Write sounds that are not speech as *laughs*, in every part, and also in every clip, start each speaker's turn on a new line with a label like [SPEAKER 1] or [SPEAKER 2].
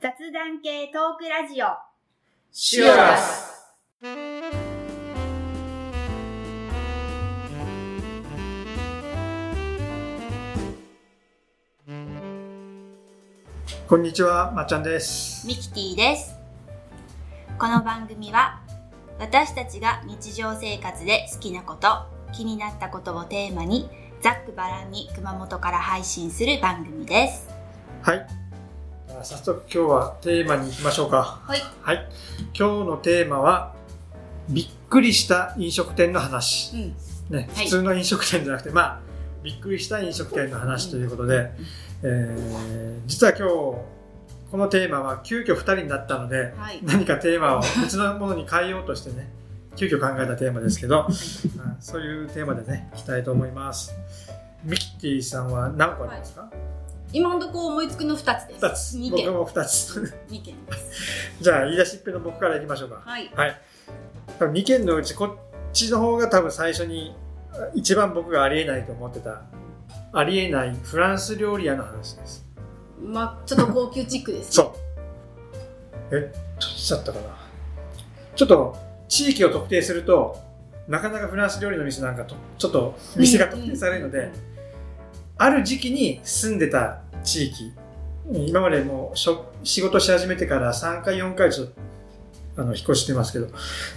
[SPEAKER 1] 雑談系トークラジオ。
[SPEAKER 2] シュアス
[SPEAKER 3] こんにちは、まっちゃんです。
[SPEAKER 1] ミキティです。この番組は、私たちが日常生活で好きなこと、気になったことをテーマに、ざっくばらんに熊本から配信する番組です。
[SPEAKER 3] はい。じゃあ早速今日はテーマに行きましょうか。
[SPEAKER 1] はい。
[SPEAKER 3] はい。今日のテーマは、びっくりした飲食店の話。
[SPEAKER 1] うん。
[SPEAKER 3] ね、
[SPEAKER 1] はい
[SPEAKER 3] 普通の飲食店じゃなくて、まあ、びっくりした飲食店の話ということで、えー実は今日、このテーマは急遽2人になったので、
[SPEAKER 1] はい。
[SPEAKER 3] 何かテー *laughs* マを別のものに変えようとしてね急遽考えたテーマですけど、うんそういうテーマでねいきたいと思いますミキティさんは何個ありますか、
[SPEAKER 4] 今のところ思いつくの2つです。
[SPEAKER 3] 二2つ
[SPEAKER 4] 2
[SPEAKER 3] 僕
[SPEAKER 4] 件。
[SPEAKER 3] も2つ *laughs*
[SPEAKER 4] 二件です。
[SPEAKER 3] じゃあ言い出しっぺの僕からいきましょうか
[SPEAKER 4] *laughs* はい。
[SPEAKER 3] 多分2件のうちこっちの方が多分最初にあ一番僕がありえないと思ってたありえないフランス料理屋の話です
[SPEAKER 4] まあ、ちょっと高級チックです、ね。
[SPEAKER 3] そうえちょっとしちゃったかなちょっと地域を特定するとなかなかフランス料理の店なんかとちょっと店が特定されるので、ある時期に住んでた地域今までもうしょ仕事し始めてから3回4回ちょっとあの引っ越してますけど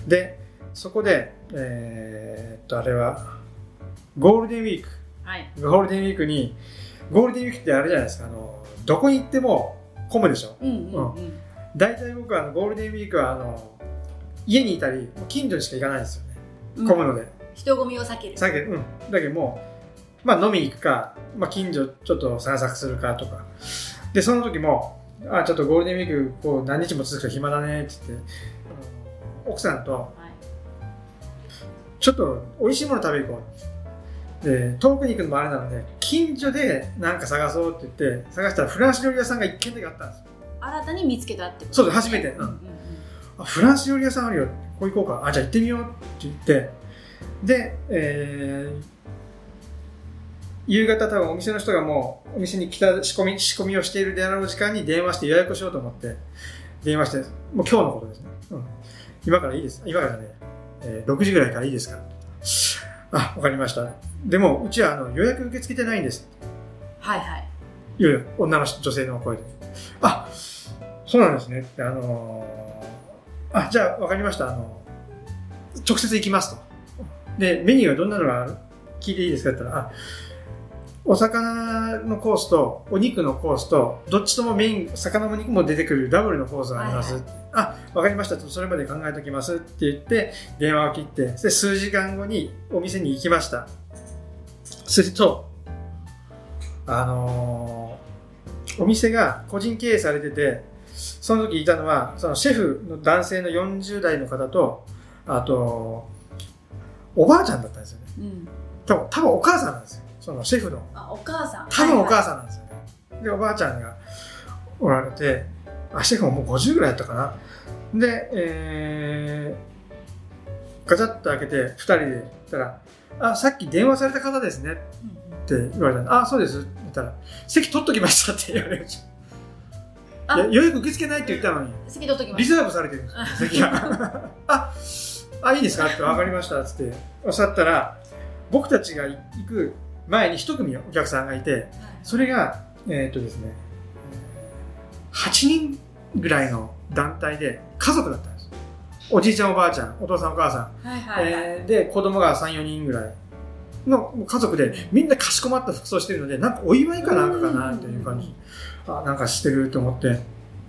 [SPEAKER 3] でそこでえーっとあれはゴールデンウィーク
[SPEAKER 4] はい。
[SPEAKER 3] ゴールデンウィークにゴールデンウィークってあれじゃないですかあのどこに行っても混むでしょ
[SPEAKER 4] うんうんうん。
[SPEAKER 3] 大体僕はあのゴールデンウィークはあの家にいたりもう近所にしか行かないんですよね
[SPEAKER 4] うん
[SPEAKER 3] 混むので、
[SPEAKER 4] 人混みを避ける。
[SPEAKER 3] さっきうんだけどもう、まあ、飲み行くか、まあ、近所ちょっと散策するかとかでその時もあちょっとゴールデンウィークこう何日も続くから暇だねって言ってあの奥さんと
[SPEAKER 4] はい。
[SPEAKER 3] ちょっと美味しいもの食べ行こうで遠くに行くのもあれなので近所で何か探そうって言って探したらフランス料理屋さんが1軒だけあったんですよ
[SPEAKER 4] 新たに見つけたってこと
[SPEAKER 3] そうです初めて、
[SPEAKER 4] うんうん
[SPEAKER 3] あフランス料理屋さんあるよここ行こうかあじゃあ行ってみようって言ってで、えー夕方多分お店の人がもうお店に来た仕込み仕込みをしているであろう時間に電話して予約をしようと思って電話してもう今日のことですね、うん、今からいいです今からね、えー6時ぐらいからいいですかあわかりましたでもうちはあの予約受け付けてないんです
[SPEAKER 4] はいはい。
[SPEAKER 3] いやいや、女の人女性の声で。あ、そうなんですねって、あのーあ、じゃあ分かりました。あの直接行きますと。で、メニューはどんなのがある聞いていいですかって言ったら、あ、お魚のコースとお肉のコースと、どっちともメイン、魚も肉も出てくるダブルのコースがあります。
[SPEAKER 4] はい
[SPEAKER 3] あ、わかりました。ちょっとそれまで考えておきますって言って、電話を切って、で、数時間後にお店に行きました。すると、あのーお店が個人経営されてて、その時いたのは、そのシェフの男性の40代の方と、あと、おばあちゃんだったんですよね。
[SPEAKER 4] うん。
[SPEAKER 3] 多分、多分お母さんなんですよ。そのシェフの。
[SPEAKER 4] あ、お母さん。
[SPEAKER 3] 多分お母
[SPEAKER 4] さ
[SPEAKER 3] さんなんですよね。で、おばあちゃんがおられて、あ、シェフももう50ぐらいだったかな。で、えー、ガチャッと開けて、2人で行ったら、あ、さっき電話された方ですね。
[SPEAKER 4] ん。うんうん
[SPEAKER 3] って言われたのあ、そうです。って言ったら、席取っときましたって言われまし
[SPEAKER 4] あ
[SPEAKER 3] た。いや予約受け付けないって言ったのに、
[SPEAKER 4] 席取っときま
[SPEAKER 3] リ
[SPEAKER 4] す。
[SPEAKER 3] ザーブされてるんですよ、席が。あ、あ、いいですかって、わかりました。っつって、おっしゃったら、僕たちが行く前に一組お客さんがいて、それが、えーっとですね、8人ぐらいの団体で家族だったんです。おじいちゃん、おばあちゃん、お父さん、お母さん、
[SPEAKER 4] はいはいはい。
[SPEAKER 3] えーで子供が34人ぐらいの家族でみんなかしこまった服装してるのでなんかお祝いかなんかかな
[SPEAKER 4] うん
[SPEAKER 3] っていう感じあなんかしてると思って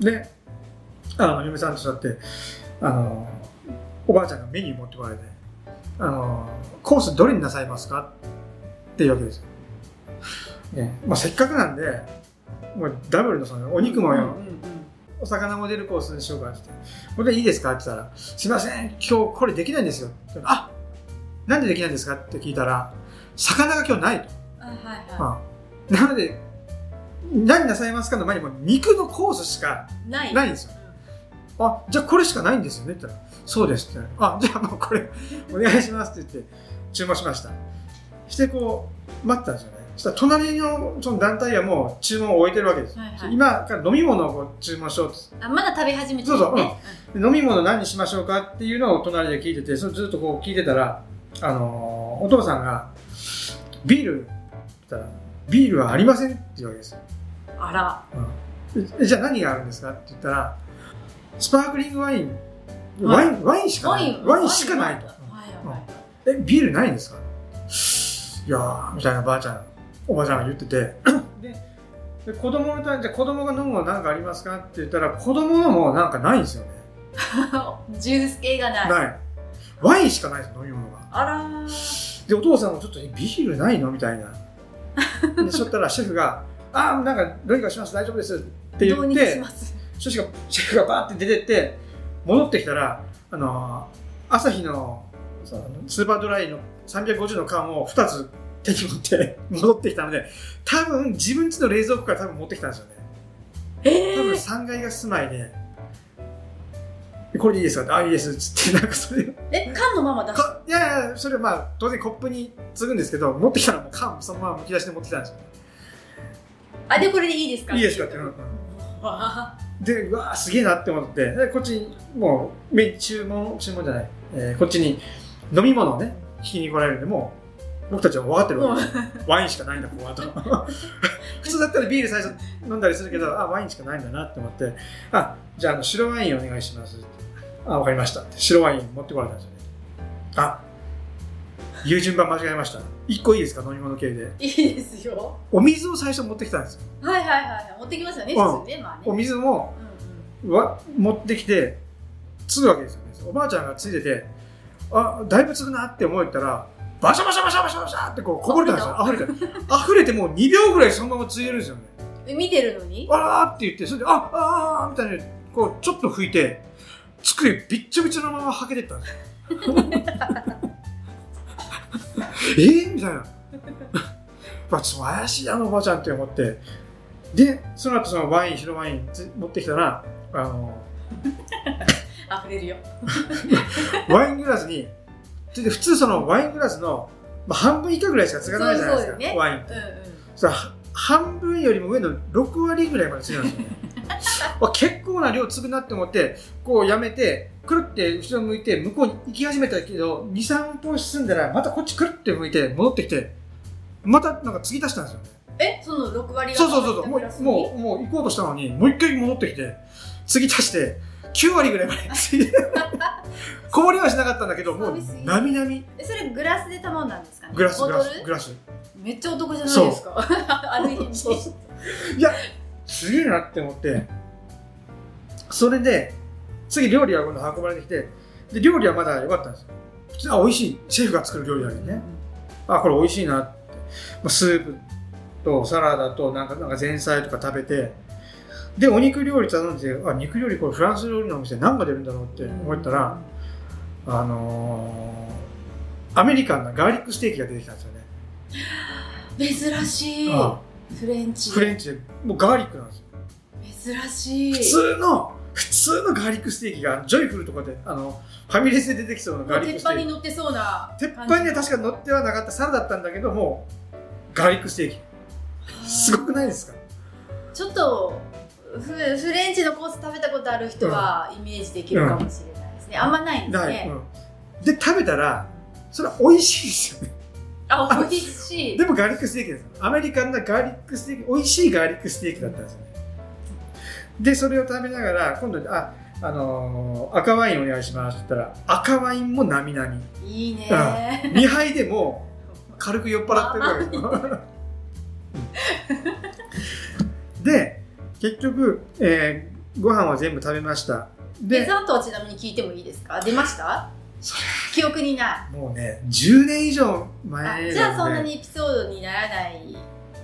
[SPEAKER 3] であの嫁さんとしゃってあのおばあちゃんがメニュー持ってこられてあのコースどれになさいますかっていうわけですよ、ねまあ、せっかくなんでもうダブルのそのお肉もよ、
[SPEAKER 4] うんうんうん
[SPEAKER 3] お魚も出るコースにしようかって言って。これでいいですかって言ったら、すいません、今日これできないんですよ。あなんでできないんですかって聞いたら、魚が今日ないと。
[SPEAKER 4] あはいは
[SPEAKER 3] うんなので、何なさいますかの前にもう肉のコースしか
[SPEAKER 4] い。ない。
[SPEAKER 3] ないんですよ。あ、じゃあこれしかないんですよねって言ったら、そうですって言ったら。あ、じゃあもうこれお願いしますって言って、注文しました。してこう、待ってたんですよね。そしたら隣のその団体はもう注文を置いてるわけです。
[SPEAKER 4] はいはい
[SPEAKER 3] 今から飲み物をこう注文しようと
[SPEAKER 4] あまだ食べ始めて
[SPEAKER 3] そうそううん
[SPEAKER 4] ね
[SPEAKER 3] で飲み物何にしましょうかっていうのを隣で聞いてて、それずっとこう聞いてたら、あのーお父さんが、ビール、たらビールはありませんって言うわけですよ。
[SPEAKER 4] うんあら
[SPEAKER 3] えじゃあ何があるんですかって言ったら、スパークリングワイン、ワイン、ワインしか
[SPEAKER 4] ワ
[SPEAKER 3] な
[SPEAKER 4] イ
[SPEAKER 3] い。
[SPEAKER 4] ン
[SPEAKER 3] ワインしかないと。
[SPEAKER 4] はいはいはい
[SPEAKER 3] え、ビールないんですかいやー、みたいなばあちゃん、おばあちゃんが言ってて。で、で子供のたじゃあ子供が飲むの何かありますかって言ったら、子供のもなんかないんですよね。
[SPEAKER 4] ジュース系がない
[SPEAKER 3] ない。ワインしかないです、飲み物が。
[SPEAKER 4] あらー
[SPEAKER 3] で、お父さんもちょっと、えビールないのみたいな。で、そしたらシェフが、あー、なんか、どうにかします、大丈夫ですって言
[SPEAKER 4] どう
[SPEAKER 3] っ、
[SPEAKER 4] にかしてます
[SPEAKER 3] シェフがシェフがバーって出てって戻ってきたら、あのー朝日のそのスーパードライの350の缶を2つ手に持って戻ってきたので多分自分家の冷蔵庫から多分持ってきたんですよね
[SPEAKER 4] え
[SPEAKER 3] 多分
[SPEAKER 4] ー
[SPEAKER 3] 3階が住まいで、これでいいですかあいいですっつってなんかそれを
[SPEAKER 4] え缶のまま出す
[SPEAKER 3] かいやいやそれはまあ当然コップに継ぐんですけど持ってきたらもう缶そのままむき出して持ってきたんですよ
[SPEAKER 4] あでこれでいいですか
[SPEAKER 3] いいですかってうん
[SPEAKER 4] わー
[SPEAKER 3] でうわーすげえなって思ってでこっちにもうメ注文注文じゃない、えーこっちに飲み物をね引きに来られるんでもう僕たちは分かってるわけですワインしかないんだここはと *laughs* 普通だったらビール最初飲んだりするけどあワインしかないんだなって思ってあじゃああの白ワインお願いしますってあ分かりましたって白ワイン持ってこられたんですよねあ言う順番間違えました1個いいですか飲み物系で
[SPEAKER 4] いいですよ
[SPEAKER 3] お水を最初持ってきたんですよ
[SPEAKER 4] はいはいはいはい持ってきますよね
[SPEAKER 3] うん
[SPEAKER 4] 普通ねまあね
[SPEAKER 3] お水も
[SPEAKER 4] うんうん
[SPEAKER 3] わ持ってきて継ぐわけですよねおばあちゃんがついててあだいぶ継ぐなって思ったらバシャバシャバシャバシャバシャってこうこぼれたんですよ溢れて溢れてもう2秒ぐらいそのまま継いでるんですよね
[SPEAKER 4] え見てるのに
[SPEAKER 3] わらーって言ってそれであああーみたいにこうちょっと拭いて机びっちょびちょのままはけて
[SPEAKER 4] *laughs*
[SPEAKER 3] ったんですよえー、みたいなまあちょっと怪しいあのおばあちゃんって思ってでその後そのワイン白ワインつ持ってきたらあの
[SPEAKER 4] 溢れるよ
[SPEAKER 3] ワイングラスに、それで普通そのワイングラスの、まあ、半分以下ぐらいしかつかないじゃないです
[SPEAKER 4] そう
[SPEAKER 3] か、
[SPEAKER 4] そうね
[SPEAKER 3] ワイン。
[SPEAKER 4] うんうん
[SPEAKER 3] それは半分よりも上の6割ぐらいまでついたんですよね。わ結構な量つぐなって思って、こうやめて、くるって後ろ向いて、向こうに行き始めたけど、2、3歩進んだら、またこっちくるって向いて、戻ってきて、またなんか継ぎ足したんですよね。
[SPEAKER 4] えその六割が
[SPEAKER 3] そうそうそうそう、
[SPEAKER 4] 入
[SPEAKER 3] も
[SPEAKER 4] ったグラス
[SPEAKER 3] う、
[SPEAKER 4] に
[SPEAKER 3] もう、もう行こうとしたのに、もう一回戻ってきて、継ぎ足して、9割ぐらいまで継いで、こぼれはしなかったんだけど、もう、なみなみ、
[SPEAKER 4] えそれグラスで頼んだんですかね
[SPEAKER 3] グラス、
[SPEAKER 4] ボ
[SPEAKER 3] グ
[SPEAKER 4] ト
[SPEAKER 3] ラ
[SPEAKER 4] ル
[SPEAKER 3] ス、グラス。
[SPEAKER 4] めっちゃお得じゃないですか *laughs* ある意味
[SPEAKER 3] そうそういや、すげえなって思って、それで、次料理は今度運ばれてきて、で、料理はまだ良かったんですよ。普通にあ、美味しい。シェフが作る料理だけどね。あ、これ美味しいなって。まあスープとサラダとなんか、なんか前菜とか食べて、で、お肉料理頼んで、あ、肉料理これフランス料理のお店何が出るんだろうって思ったら、あのーアメリカンなガーリックステーキが出てきたんですよね。
[SPEAKER 4] 珍しい
[SPEAKER 3] あ
[SPEAKER 4] フレンチ
[SPEAKER 3] フレンチで、もうガーリックなんですよ。
[SPEAKER 4] 珍しい
[SPEAKER 3] 普通の普通のガーリックステーキがジョイフルとかであのファミレスで出てきそうなガーリック
[SPEAKER 4] 鉄
[SPEAKER 3] ステ
[SPEAKER 4] 板に
[SPEAKER 3] ーキ
[SPEAKER 4] 乗ってそうな
[SPEAKER 3] 鉄板には確か乗ってはなかったサラダだったんだけどもガーリックステーキすごくないですか
[SPEAKER 4] ちょっとフフレンチのコース食べたことある人はイメージできるかもしれないですね、あんまないんです
[SPEAKER 3] ない、
[SPEAKER 4] ね、
[SPEAKER 3] うん、で食べたらそれは美味しいですよね
[SPEAKER 4] あ美味しい
[SPEAKER 3] でもガーリックステーキですアメリカンなガーリックステーキ美味しいガーリックステーキだったんですよねでそれを食べながら今度ああのー赤ワインお願いしますって言ったら赤ワインもなみなみ
[SPEAKER 4] いいね
[SPEAKER 3] 2杯でも軽く酔っ払ってるわけですよで結局、えーご飯は全部食べました
[SPEAKER 4] デ
[SPEAKER 3] で
[SPEAKER 4] ザートはちなみに聞いてもいいですか出ました
[SPEAKER 3] そ
[SPEAKER 4] 記憶にない
[SPEAKER 3] もうね10年以上前な
[SPEAKER 4] あ
[SPEAKER 3] ので
[SPEAKER 4] じゃあそんなにエピソードにならない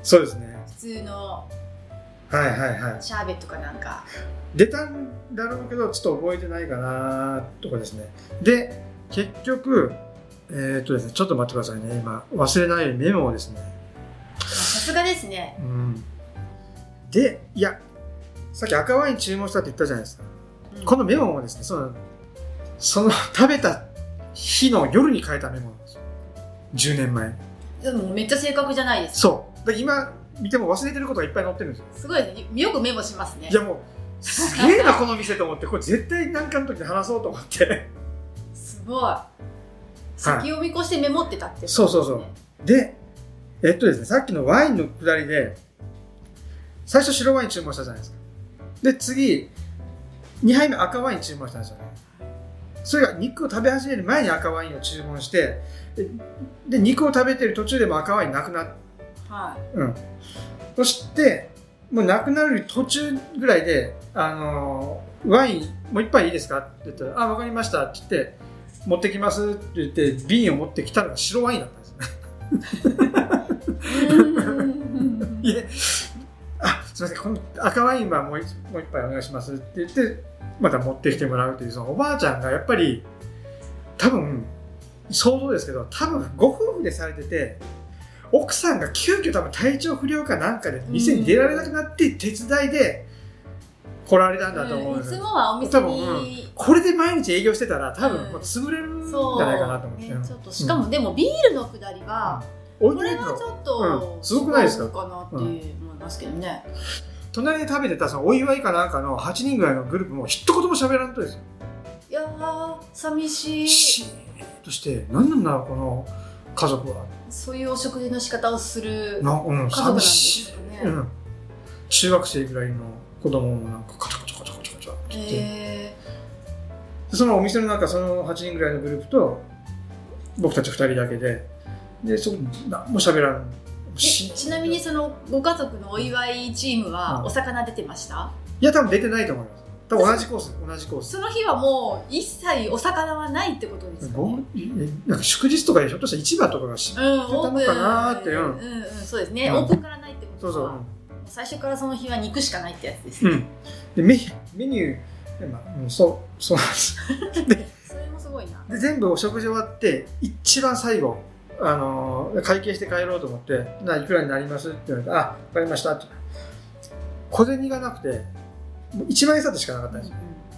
[SPEAKER 3] そうですね
[SPEAKER 4] 普通の
[SPEAKER 3] はいはいはい
[SPEAKER 4] シャーベットかなん
[SPEAKER 3] *laughs*
[SPEAKER 4] か
[SPEAKER 3] 出たんだろうけどちょっと覚えてないかなとかですねで結局えー、っとですねちょっと待ってくださいね今忘れないようにメモをですね
[SPEAKER 4] さすがですね
[SPEAKER 3] うんでいやさっき赤ワイン注文したって言ったじゃないですか
[SPEAKER 4] うん
[SPEAKER 3] このメモもですね、その、その *laughs* 食べた日の夜に書いたメモなんですよ。10年前。
[SPEAKER 4] でもめっちゃ正確じゃないですか
[SPEAKER 3] そう。だから今見ても忘れてることがいっぱい載ってるんですよ。
[SPEAKER 4] すごいですねよくメモしますね
[SPEAKER 3] いやもう、すげえな、この店と思って、これ絶対何かの時に話そうと思って。
[SPEAKER 4] すごい先を見越してメモってたってことです
[SPEAKER 3] そ
[SPEAKER 4] ね
[SPEAKER 3] うそうそうで、えっとですね、さっきのワインのくだりで、最初白ワイン注文したじゃないですか。で、次、2杯目赤ワイン注文したんですよね。それが肉を食べ始める前に赤ワインを注文して、で、で肉を食べてる途中でも赤ワインなくなって、
[SPEAKER 4] は
[SPEAKER 3] うん。そして、もうなくなる途中ぐらいで、あのーワインもう一杯いいですかって言ったら、あ、わかりましたって言って、持ってきますって言って、瓶を持ってきたのが白ワインだったんですよ。
[SPEAKER 4] いうん
[SPEAKER 3] *laughs* いえ、あ、すみません、この赤ワインはもう一もう一杯お願いしますって言って、また持ってきてもらうという、そのおばあちゃんがやっぱり、多分、想像ですけど、多分ご夫婦でされてて、奥さんが急遽多分体調不良かなんかで店に出られなくなって手伝いで来られたんだと思うん
[SPEAKER 4] い
[SPEAKER 3] です
[SPEAKER 4] つ
[SPEAKER 3] よ。
[SPEAKER 4] もはお店に、
[SPEAKER 3] これで毎日営業してたら多分もう潰れるんじ
[SPEAKER 4] そう
[SPEAKER 3] ゃないかなと思って。
[SPEAKER 4] ねちょっとしかも、でもビールのくだりは、
[SPEAKER 3] 置い
[SPEAKER 4] こ
[SPEAKER 3] てな
[SPEAKER 4] れ
[SPEAKER 3] いけ
[SPEAKER 4] は
[SPEAKER 3] ど
[SPEAKER 4] ちょっと、
[SPEAKER 3] うんすごくないですか
[SPEAKER 4] 違うかなって思いますけどね、
[SPEAKER 3] 隣で食べてたそのお祝いかなんかの8人ぐらいのグループも一言も喋らんとですよ
[SPEAKER 4] いやー寂しい
[SPEAKER 3] シーンとして何なんだろうこの家族は
[SPEAKER 4] そういうお食事の仕方をする
[SPEAKER 3] な、うん、
[SPEAKER 4] 家族なんで
[SPEAKER 3] 寂し
[SPEAKER 4] す
[SPEAKER 3] い、
[SPEAKER 4] かね、
[SPEAKER 3] うん、中学生ぐらいの子供もなんかカチャカチャカチャカチャカチャって言って、
[SPEAKER 4] え
[SPEAKER 3] そのお店の中その8人ぐらいのグループと僕たち2人だけででそこ何も喋らん
[SPEAKER 4] ーえちなみに
[SPEAKER 3] い
[SPEAKER 4] そのご家族のお祝いチーム
[SPEAKER 3] う
[SPEAKER 4] は
[SPEAKER 3] ん
[SPEAKER 4] お魚出てました、
[SPEAKER 3] や多分出てないと思います多分同じコース同じコース
[SPEAKER 4] その日はもう一切お魚はないってことですか
[SPEAKER 3] ゴ
[SPEAKER 4] ね
[SPEAKER 3] ールえなんか祝日とかでひょっとしたら市場とかがし
[SPEAKER 4] うん、オープン
[SPEAKER 3] 出たのかなーってう
[SPEAKER 4] うんんうん、そうですね、
[SPEAKER 3] うん
[SPEAKER 4] オープンからないってこと
[SPEAKER 3] そう
[SPEAKER 4] は
[SPEAKER 3] そ
[SPEAKER 4] も
[SPEAKER 3] う、
[SPEAKER 4] う最初からその日は肉しかないってやつです
[SPEAKER 3] う
[SPEAKER 4] ね、
[SPEAKER 3] ん、でメメニュー、まあうん、そうそうなんです
[SPEAKER 4] それもすごいな
[SPEAKER 3] で全部お食事終わって一番最後、あのー会計して帰ろうと思ってないくらになりますって言われてあわかりましたって小銭がなくてもう一万円札しかなかったんですよ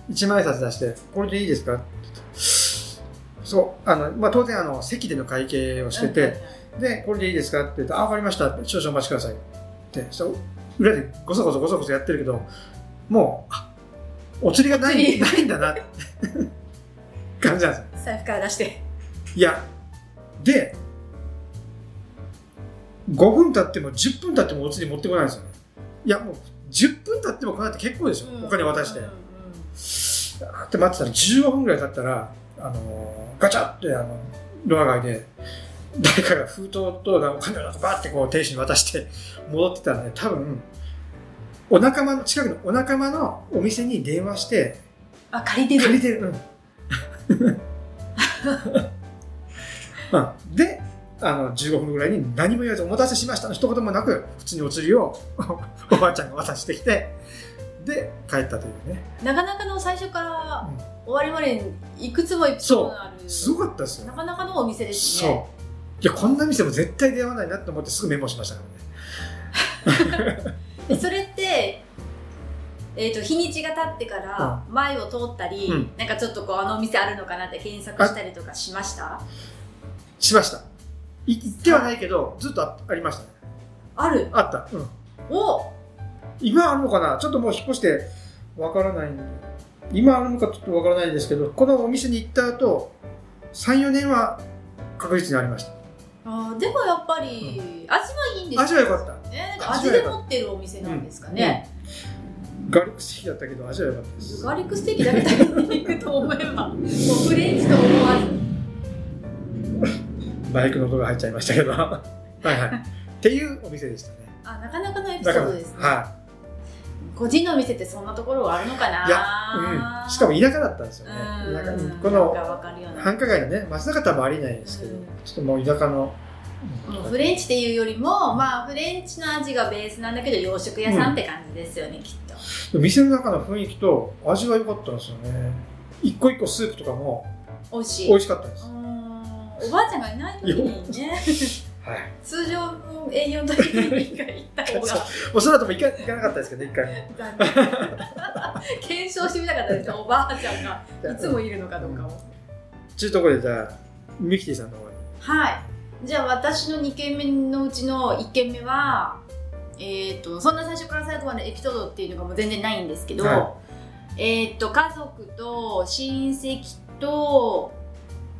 [SPEAKER 3] 一万円札出してこれでいいですかって言ってそうあの、まあ、当然あの席での会計をしてて、で、これでいいですかって言って、あ、わかりましたって、少々お待ちくださいって、そう裏でごそごそごそごそやってるけど、もう、あお釣りがな
[SPEAKER 4] お釣
[SPEAKER 3] い
[SPEAKER 4] り
[SPEAKER 3] ないん
[SPEAKER 4] *laughs*
[SPEAKER 3] だなって感じなんですよ。
[SPEAKER 4] 財布から出して
[SPEAKER 3] いや、で、5分経っても10分経ってもお釣り持ってこないんですよね。いや、もう10分経ってもこうやって結構でしょ、お金渡して。
[SPEAKER 4] うんうん
[SPEAKER 3] あーって待ってたら15分ぐらい経ったら、あのーガチャってあのドア外で誰かが封筒となんかお金をバーってこう亭主に渡して戻ってたんで多分お仲間の近くのお仲間のお店に電話して
[SPEAKER 4] あ借りて
[SPEAKER 3] 借
[SPEAKER 4] る
[SPEAKER 3] りてる、うん *laughs* まあ、であの15分ぐらいに何も言わず「お待たせしました」の一言もなく *laughs* 普通にお釣りをおばあちゃんが渡してきてで帰ったというね
[SPEAKER 4] なかなかの最初から
[SPEAKER 3] うん
[SPEAKER 4] 終わりまでいくつもエピソードのある
[SPEAKER 3] すごかったですよ
[SPEAKER 4] なかなかのお店ですね
[SPEAKER 3] そういやこんな店も絶対出会わないなと思ってすぐメモしましたからね
[SPEAKER 4] でそれってえー、と日にちが経ってから前を通ったり、
[SPEAKER 3] うん
[SPEAKER 4] なんかちょっとこうあのお店あるのかなって検索したりとかしました
[SPEAKER 3] しましたい行ってはないけどずっとあありましたね
[SPEAKER 4] ある
[SPEAKER 3] あった、うん、
[SPEAKER 4] お
[SPEAKER 3] 今あるのかなちょっともう引っ越してわからないんで今あるのかちょっとわからないですけどこのお店に行った後34年は確実にありました
[SPEAKER 4] あーでもやっぱり味はいいんです
[SPEAKER 3] 味は良かった
[SPEAKER 4] たねなんか味で持ってるお店なんですかね、
[SPEAKER 3] ガリックステーキだったけど味は良かったです
[SPEAKER 4] ガーリックステーキだけ食べていくと思えばもうフレンチと思わず
[SPEAKER 3] バイクの音が入っちゃいました
[SPEAKER 4] *laughs*
[SPEAKER 3] けどはいはいっていうお店でしたね
[SPEAKER 4] あなかなかのエピソ
[SPEAKER 3] だか
[SPEAKER 4] ー
[SPEAKER 3] ら
[SPEAKER 4] ドですね、
[SPEAKER 3] は
[SPEAKER 4] 個人のお店ってそんなところがあるのかない
[SPEAKER 3] いやい、うん、しかも田舎だったんですよね
[SPEAKER 4] うん
[SPEAKER 3] 田舎
[SPEAKER 4] うんな
[SPEAKER 3] こ
[SPEAKER 4] ん
[SPEAKER 3] の
[SPEAKER 4] かわかるような
[SPEAKER 3] 繁華街のね松坂多分ありえないですけど、
[SPEAKER 4] うん
[SPEAKER 3] ちょっともう田舎の
[SPEAKER 4] もうフレンチっていうよりもまあフレンチの味がベースなんだけど洋食屋さんって感じですよね、きっと
[SPEAKER 3] 店の中の雰囲気と味は良かったんですよね一個一個スープとかも
[SPEAKER 4] 美味しい
[SPEAKER 3] 美味しかったで
[SPEAKER 4] う
[SPEAKER 3] す
[SPEAKER 4] ー、んおばあちゃんがいない時にね
[SPEAKER 3] はい
[SPEAKER 4] 通常の営業の時に行った方が
[SPEAKER 3] も *laughs* うその後も行か行かなかったですけどね一回も
[SPEAKER 4] 残念検証してみたかったですねおばあちゃんがいつもいるのかどうかを
[SPEAKER 3] ちゅうところでじゃあミキティさんの方に
[SPEAKER 4] はいじゃあ私の2軒目のうちの1軒目は、えー、とそんな最初から最後までエピソードっていうのがもう全然ないんですけど、
[SPEAKER 3] は
[SPEAKER 4] えー、と家族と親戚と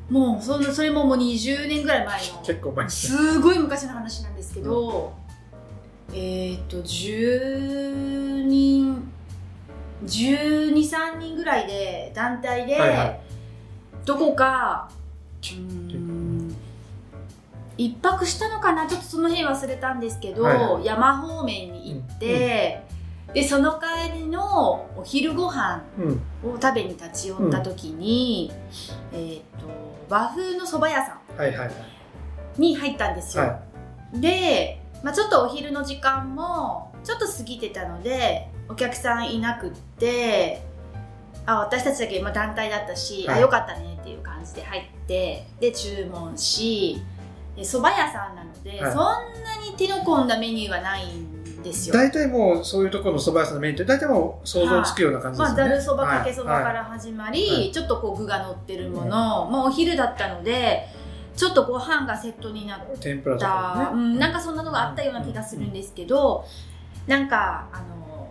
[SPEAKER 4] もうそのそれももう20年ぐらい前の
[SPEAKER 3] 結構前ですね
[SPEAKER 4] すごい昔の話なんですけど、えっ、と10人1 2 3人ぐらいで団体で、
[SPEAKER 3] はいは
[SPEAKER 4] どこかうーん一泊したのかなちょっとその辺忘れたんですけど、
[SPEAKER 3] はいは
[SPEAKER 4] 山方面に行って、でその帰りのお昼ご飯
[SPEAKER 3] うん
[SPEAKER 4] を食べに立ち寄った時に、えっ、と和風の蕎麦屋さん
[SPEAKER 3] はいはいはい
[SPEAKER 4] に入ったんですよ、
[SPEAKER 3] は
[SPEAKER 4] で、まあ、ちょっとお昼の時間もちょっと過ぎてたのでお客さんいなくってあ私たちだけ今団体だったし、
[SPEAKER 3] は
[SPEAKER 4] あ
[SPEAKER 3] い
[SPEAKER 4] よかったねっていう感じで入ってで注文しで蕎麦屋さんなので、
[SPEAKER 3] はい
[SPEAKER 4] そんなに手の込んだメニューはないんです
[SPEAKER 3] い
[SPEAKER 4] よ。
[SPEAKER 3] 大体もうそういうところの蕎麦屋さんのメニューって大体もう想像つくような感じで
[SPEAKER 4] ますあ、
[SPEAKER 3] よね
[SPEAKER 4] ざるそばかけそばか
[SPEAKER 3] はい
[SPEAKER 4] ら始まり、
[SPEAKER 3] はいはい
[SPEAKER 4] ちょっとこう具が乗ってるもの、まあ、お昼だったのでちょっとご飯がセットになって
[SPEAKER 3] はい天ぷら
[SPEAKER 4] っ
[SPEAKER 3] とか
[SPEAKER 4] た、う
[SPEAKER 3] ね
[SPEAKER 4] ん、なんかそんなのがあったような気がするんですけど、なんかあの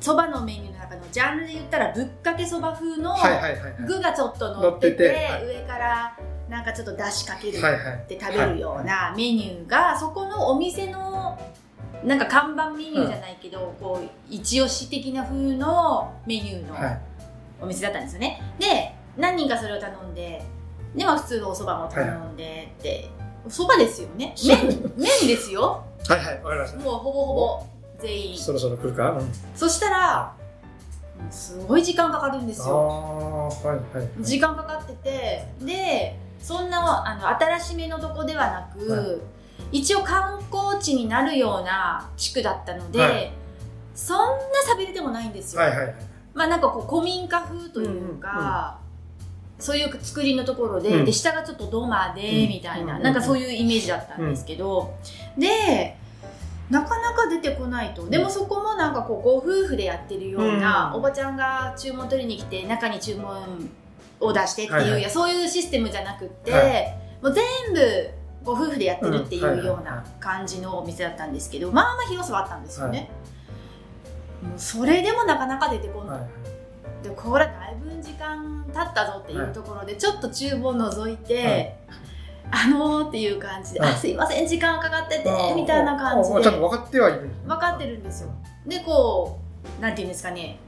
[SPEAKER 4] そばのメニューの中のジャンルで言ったらぶっかけそば風の
[SPEAKER 3] はいはいはいはい
[SPEAKER 4] 具がちょっと乗ってて,、
[SPEAKER 3] 乗っててはい
[SPEAKER 4] 上からなんかちょっとだしかける
[SPEAKER 3] はいはい
[SPEAKER 4] って食べるようなメニューがそこのお店のなんか看板メニューじゃないけど、こう一押し的な風のメニューの
[SPEAKER 3] はい
[SPEAKER 4] お店だったんですよねで何人かそれを頼んでで、まあ、普通のおそばも頼んでっておそばですよね
[SPEAKER 3] そう
[SPEAKER 4] 麺麺ですよ
[SPEAKER 3] はいはいわかりまし
[SPEAKER 4] もうほぼほぼ全員
[SPEAKER 3] たそろそろ来るかうん
[SPEAKER 4] そしたらうんすごい時間かかるんです
[SPEAKER 3] あ
[SPEAKER 4] よ
[SPEAKER 3] あはいはい
[SPEAKER 4] 時間かかっててでそんなあの新しめのとこではなく、
[SPEAKER 3] は
[SPEAKER 4] 一応観光地になるような地区だったので、
[SPEAKER 3] はい
[SPEAKER 4] そんな寂れてもないんですよ、
[SPEAKER 3] はいはいはい
[SPEAKER 4] まあなんかこう古民家風というか、そういう作りのところで,、
[SPEAKER 3] うん
[SPEAKER 4] で下がちょっと土間で
[SPEAKER 3] うん
[SPEAKER 4] みたいな、
[SPEAKER 3] うん
[SPEAKER 4] なんかそういうイメージだったんですけど、でなかなか出てこないとでもそこもなんかこうご夫婦でやってるような、
[SPEAKER 3] う
[SPEAKER 4] お
[SPEAKER 3] ん
[SPEAKER 4] ばちゃんが注文取りに来て中に注文を出してっていう、
[SPEAKER 3] はいいはい
[SPEAKER 4] やそういうシステムじゃなくって、
[SPEAKER 3] は
[SPEAKER 4] もう全部ご夫婦でやってるってい
[SPEAKER 3] うんはいは
[SPEAKER 4] う
[SPEAKER 3] い
[SPEAKER 4] ような感じのお店だったんですけどまあまあ広さはあったんですよね。もうそれでもなかなか出てこない
[SPEAKER 3] はいはい
[SPEAKER 4] でこれだいぶ時間経ったぞっていうところで、ちょっと厨房覗いて、あのーっていう感じで、
[SPEAKER 3] はい
[SPEAKER 4] あすいません時間かかってて
[SPEAKER 3] あー
[SPEAKER 4] みたいな感じ
[SPEAKER 3] あ
[SPEAKER 4] で
[SPEAKER 3] ちゃんと
[SPEAKER 4] 分
[SPEAKER 3] 分かってはいるんですね
[SPEAKER 4] かってるんですよでこうなんていうんですかね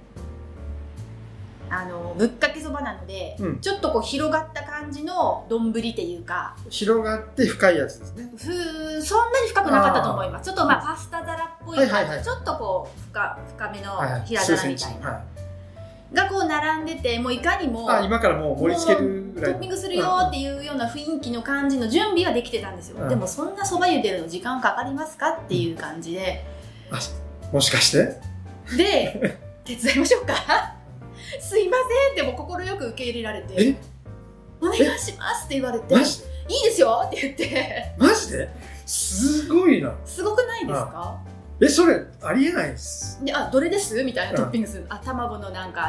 [SPEAKER 4] あのぶっかけそばなので、
[SPEAKER 3] うん
[SPEAKER 4] ちょっとこう広がった感じの丼っていうか
[SPEAKER 3] 広がって深いやつですね
[SPEAKER 4] ふーそんなに深くなかったと思いますちょっとまあパスタ皿っぽい感じ、
[SPEAKER 3] はいはいはい
[SPEAKER 4] ちょっとこう深深め
[SPEAKER 3] はいは
[SPEAKER 4] の
[SPEAKER 3] い
[SPEAKER 4] 平
[SPEAKER 3] 数
[SPEAKER 4] 皿
[SPEAKER 3] セン
[SPEAKER 4] み
[SPEAKER 3] チ
[SPEAKER 4] たいな、
[SPEAKER 3] は
[SPEAKER 4] がこう並んでてもういかにも
[SPEAKER 3] いあ今からもう盛り付けるぐら
[SPEAKER 4] ト
[SPEAKER 3] い
[SPEAKER 4] ッピングするよっていうような雰囲気の感じの準備はできてたんですよ、
[SPEAKER 3] うん
[SPEAKER 4] でもそんなそば茹でるの時間かかりますかっていう感じで
[SPEAKER 3] もしかして
[SPEAKER 4] で *laughs* 手伝いましょうかすいませんでも快く受け入れられて
[SPEAKER 3] え
[SPEAKER 4] お願いしますって言われていいで
[SPEAKER 3] マジ
[SPEAKER 4] すよって言って
[SPEAKER 3] マジですごいな
[SPEAKER 4] すごくないですか、
[SPEAKER 3] えそれありえないです
[SPEAKER 4] であどれですみたいなトッピングする、あ卵のなんか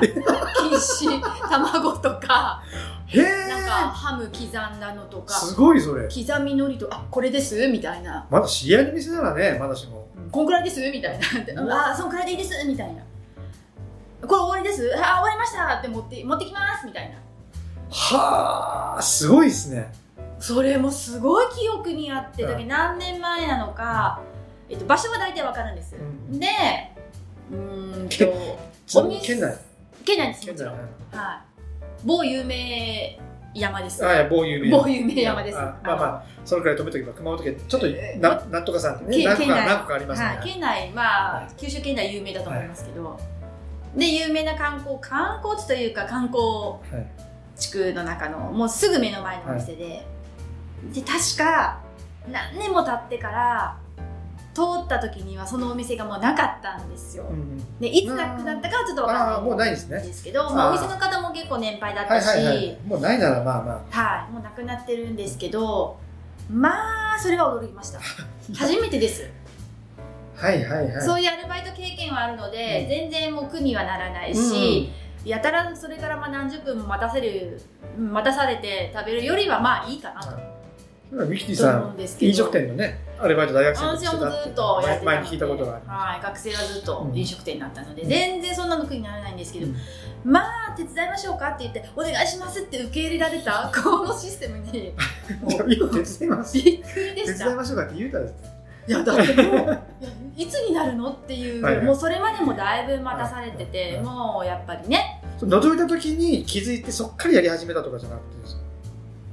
[SPEAKER 4] 禁止卵とか
[SPEAKER 3] へ
[SPEAKER 4] なんか
[SPEAKER 3] え
[SPEAKER 4] ハム刻んだのとか
[SPEAKER 3] すごいそれ
[SPEAKER 4] 刻み海苔とあこれですみたいな
[SPEAKER 3] まだ知り合いの店ならねまだしも
[SPEAKER 4] こんくらいですみたいな。あーそんくらいでいいですみたいな。これ終わりです。あー終わりましたって持って持ってきますみたいな。
[SPEAKER 3] はあすごいですね
[SPEAKER 4] それもすごい記憶にあって、
[SPEAKER 3] うん
[SPEAKER 4] だけど何年前なのか、えっと場所は大体わかるんです。
[SPEAKER 3] うん
[SPEAKER 4] で、うーんと
[SPEAKER 3] ちなみに県内
[SPEAKER 4] 県内ですも
[SPEAKER 3] 県
[SPEAKER 4] ち
[SPEAKER 3] 内
[SPEAKER 4] ろん。は
[SPEAKER 3] あ
[SPEAKER 4] い。某有名山です。
[SPEAKER 3] あいや某有名
[SPEAKER 4] 某有名山です。
[SPEAKER 3] あまあまあそのくらい止めとけば熊本県ちょっと
[SPEAKER 4] えー
[SPEAKER 3] ななんとかさんってね
[SPEAKER 4] け
[SPEAKER 3] 何個
[SPEAKER 4] 県
[SPEAKER 3] か
[SPEAKER 4] 内
[SPEAKER 3] 何個かありますね
[SPEAKER 4] はい、県内、まあ、
[SPEAKER 3] はい
[SPEAKER 4] 九州県内有名だと思いますけど、で有名な観光観光地というか観光
[SPEAKER 3] はい
[SPEAKER 4] 地区の中のもうすぐ目の前のお店で、で確か何年も経ってから通った時にはそのお店がもうなかったんですよ、
[SPEAKER 3] うんうん
[SPEAKER 4] でいつなくなったかはちょっとわかんない
[SPEAKER 3] あーもうないですね
[SPEAKER 4] ですけどまあ、お
[SPEAKER 3] あー
[SPEAKER 4] 店の方も結構年配だっ
[SPEAKER 3] は
[SPEAKER 4] た
[SPEAKER 3] い
[SPEAKER 4] し、
[SPEAKER 3] はいはいもうないならまあまあ
[SPEAKER 4] はい、もうなくなってるんですけどまあそれは驚きま
[SPEAKER 3] *laughs*
[SPEAKER 4] した初めてです
[SPEAKER 3] はいはいはい。
[SPEAKER 4] そういうアルバイト経験はあるので、
[SPEAKER 3] うん
[SPEAKER 4] 全然もう苦にはならない
[SPEAKER 3] うん
[SPEAKER 4] し、やたらそれからまあ何十分も待たせる待たされて食べるよりはまあいいかなと。
[SPEAKER 3] ミキティ
[SPEAKER 4] と
[SPEAKER 3] さ
[SPEAKER 4] 思うんんですけど
[SPEAKER 3] 飲食店のねアルバイト大学生の
[SPEAKER 4] 私
[SPEAKER 3] 時
[SPEAKER 4] はもうずっとやってたので
[SPEAKER 3] 前に聞いたことがある
[SPEAKER 4] はい、学生はずっと飲食店だったので、
[SPEAKER 3] うん
[SPEAKER 4] 全然そんなの苦にならないんですけど、
[SPEAKER 3] うん
[SPEAKER 4] まあ手伝いましょうかって言って「お願いします」って受け入れられ
[SPEAKER 3] *laughs*
[SPEAKER 4] たこのシステムに
[SPEAKER 3] じゃあ今手伝います
[SPEAKER 4] びっくりでし
[SPEAKER 3] 手伝い
[SPEAKER 4] た
[SPEAKER 3] ましょうかって言うたらですね
[SPEAKER 4] いやだってもういやいつになるのっていう、
[SPEAKER 3] はいはい
[SPEAKER 4] もうそれまでもだいぶ待たされてて、
[SPEAKER 3] はい
[SPEAKER 4] もうやっぱりね
[SPEAKER 3] その覗いた時に気づいてそっからやり始めたとかじゃなくてですね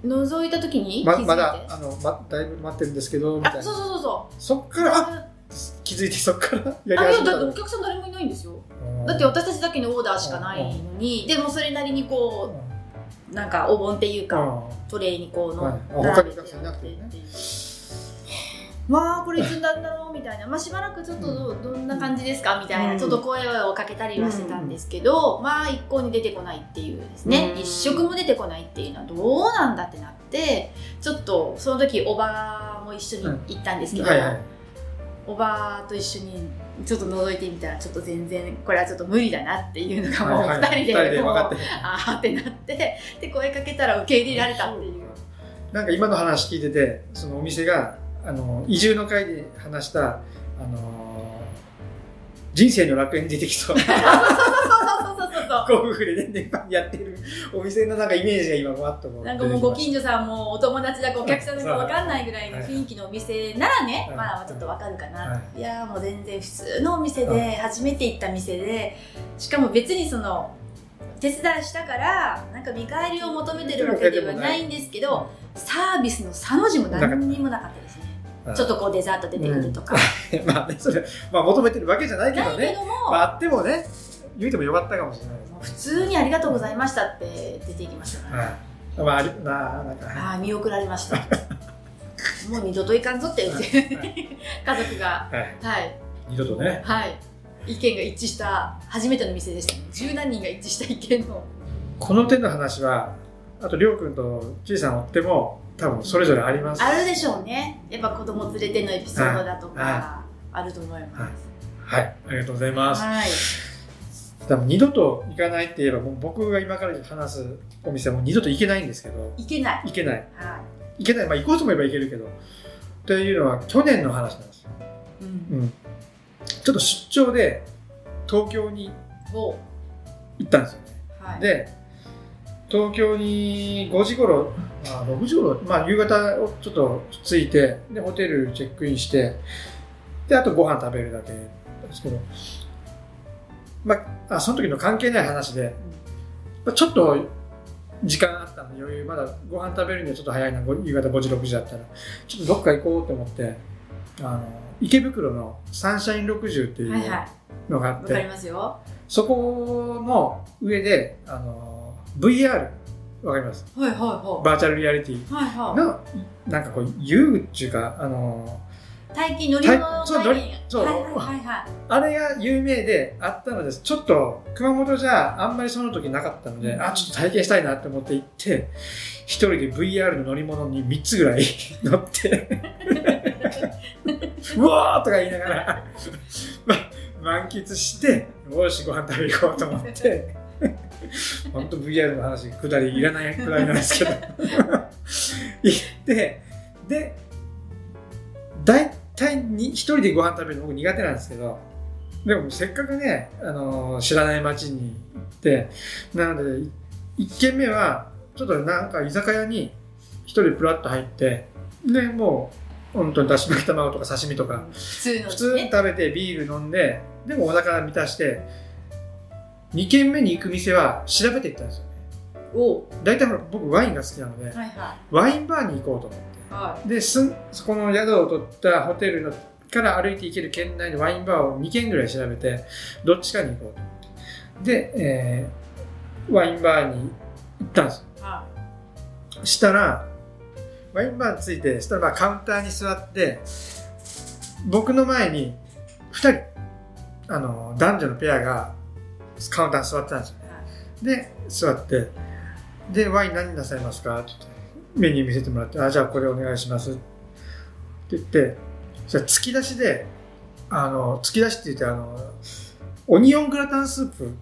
[SPEAKER 4] 覗いた時に気づい
[SPEAKER 3] ま
[SPEAKER 4] て、
[SPEAKER 3] まだあの、ま、だいぶ待ってるんですけどみたい
[SPEAKER 4] あ
[SPEAKER 3] な
[SPEAKER 4] そうそうそうそう
[SPEAKER 3] そっからあ気づいてそっからやり
[SPEAKER 4] あい
[SPEAKER 3] 始
[SPEAKER 4] や
[SPEAKER 3] め
[SPEAKER 4] だ
[SPEAKER 3] た
[SPEAKER 4] って
[SPEAKER 3] と
[SPEAKER 4] お客
[SPEAKER 3] か
[SPEAKER 4] さん誰もいないんですよ
[SPEAKER 3] うん
[SPEAKER 4] だって私たちだけのオーダーしかないのにでもそれなりに
[SPEAKER 3] う
[SPEAKER 4] こ
[SPEAKER 3] ん
[SPEAKER 4] うなんかお盆っていうか
[SPEAKER 3] うん
[SPEAKER 4] トレイにこうの、
[SPEAKER 3] はいあ他にお客さんいなくてね
[SPEAKER 4] まあこれいつになるんだろうみたいな、まあ、しばらくちょっとどどんな感じですかみたいな、
[SPEAKER 3] うん
[SPEAKER 4] ちょっと声をかけたりはしてたんですけど、まあ一向に出てこないっていうですね、
[SPEAKER 3] うん
[SPEAKER 4] 一食も出てこないっていうのはどうなんだってなってちょっとその時おばも一緒に行ったんですけど、
[SPEAKER 3] はいはい
[SPEAKER 4] おばと一緒にちょっと覗いてみたらちょっと全然これはちょっと無理だなっていうのがもう
[SPEAKER 3] はい
[SPEAKER 4] 二
[SPEAKER 3] はい
[SPEAKER 4] 人で,、
[SPEAKER 3] 二人で分かって
[SPEAKER 4] あーってなってで声かけたら受け入れられたっていう。
[SPEAKER 3] なんか今の話聞いててそのお店があの移住の会で話したあの人生の楽園に出てきそ
[SPEAKER 4] *laughs*
[SPEAKER 3] う
[SPEAKER 4] そうそうそうそう
[SPEAKER 3] ご夫婦で年々やってるお店のなんかイメージが今わっともう
[SPEAKER 4] なんかもうご近所さんもお友達だかお客さんだか
[SPEAKER 3] うん
[SPEAKER 4] 分かんないぐらいの雰囲気のお店ならね、
[SPEAKER 3] はい
[SPEAKER 4] まあちょっと分かるかな、、
[SPEAKER 3] はい
[SPEAKER 4] やーもう全然普通のお店
[SPEAKER 3] う
[SPEAKER 4] で初めて行った店でしかも別にその手伝いしたからなんか見返りを求めてるわけではないんですけどサービスのサの字も何にもなかったですね
[SPEAKER 3] うん
[SPEAKER 4] ちょっとこうデザート出てくるとか、
[SPEAKER 3] *laughs* まあねそれまあ求めてるわけじゃないけ
[SPEAKER 4] な
[SPEAKER 3] ど
[SPEAKER 4] いけ
[SPEAKER 3] ね
[SPEAKER 4] ども、
[SPEAKER 3] まああってもね言うてもよかったかもしれないですね
[SPEAKER 4] 普通に「ありがとうございました」って出ていきましたから、
[SPEAKER 3] はいまあありまあなんかはい
[SPEAKER 4] ああ見送られました
[SPEAKER 3] *laughs*
[SPEAKER 4] もう二度といかんぞって言って
[SPEAKER 3] はい
[SPEAKER 4] 家族が
[SPEAKER 3] はい
[SPEAKER 4] はい、
[SPEAKER 3] 二度とね
[SPEAKER 4] はい、意見が一致した初めての店でしたね十何人が一致した意見の
[SPEAKER 3] この手の話はあとりょうくんとちいさん追っても多分それぞれあります
[SPEAKER 4] あるでしょうねやっぱ子供連れてのエピソードだとかあると思います
[SPEAKER 3] はいありがとうございます
[SPEAKER 4] はい、
[SPEAKER 3] 多分二度と行かないって言えばもう僕が今から話すお店はもう二度と行けないんですけど
[SPEAKER 4] い、けない、
[SPEAKER 3] 行けない
[SPEAKER 4] は
[SPEAKER 3] 行けないまあ行こうと思えば行けるけどというのは去年の話なんですよ、
[SPEAKER 4] い、う、
[SPEAKER 3] うんん、ちょっと出張で東京に
[SPEAKER 4] お
[SPEAKER 3] 行ったんですよね
[SPEAKER 4] はい、
[SPEAKER 3] で東京に5時頃、まあ、6時頃、まあ、夕方をちょっと着いてでホテルチェックインしてであとご飯食べるだけですけど、まあ、あその時の関係ない話で、まあ、ちょっと時間あったの余裕まだご飯食べるにはちょっと早いなご夕方5時6時だったらちょっとどっか行こうと思ってあの池袋のサンシャイン60ってい
[SPEAKER 4] はいはいう
[SPEAKER 3] のがあっ
[SPEAKER 4] わ
[SPEAKER 3] て、
[SPEAKER 4] かりますよ
[SPEAKER 3] そこの上で、あの VR、わかります
[SPEAKER 4] はいはいは
[SPEAKER 3] バーチャルリアリティ
[SPEAKER 4] いはいは
[SPEAKER 3] の、なんかこう、遊具っていうか、あの
[SPEAKER 4] い体験乗り物の
[SPEAKER 3] 体そう乗りそう
[SPEAKER 4] はいはいはいはい
[SPEAKER 3] あれが有名であったのです。ちょっと、熊本じゃあんまりその時なかったので、
[SPEAKER 4] うん
[SPEAKER 3] あ、ちょっと体験したいなって思って行って、一人で VR の乗り物に3つぐらい乗って、うわーとか言いながら、ま満喫して、よし、ご飯食べに行こうと思って、本当 VR の話、くだりいらないくだりなんですけど、行って、で、大体に一人でご飯食べるの僕苦手なんですけど、でもせっかくね、あのー知らない町に行って、なので、い一軒目は、ちょっとなんか居酒屋に一人プラッと入って、で、もう、本当にだし巻き卵とか刺身とか、
[SPEAKER 4] 普通の
[SPEAKER 3] 普通に食べてビール飲んで、でもお腹満たして、二軒目に行く店は調べていったんですよね。
[SPEAKER 4] お
[SPEAKER 3] 大体ほら僕ワインが好きなので、
[SPEAKER 4] はいは
[SPEAKER 3] ワインバーに行こうと思って。
[SPEAKER 4] いは
[SPEAKER 3] で、すんそこの宿を取ったホテルのから歩いて行ける県内のワインバーを2軒ぐらい調べて、どっちかに行こうと思って。で、えーワインバーに行ったんです
[SPEAKER 4] いは
[SPEAKER 3] よ。したら、ワインバーに着いて、したらまあカウンターに座って、僕の前に2人、あの、男女のペアがカウンターに座ってたんですよ。で、座って、で、ワイン何になさいますかって言って、メニュー見せてもらって、あ、じゃあこれお願いします。って言って、じゃあ突き出しで、あの、突き出しって言って、あの、オニオングラタンスープ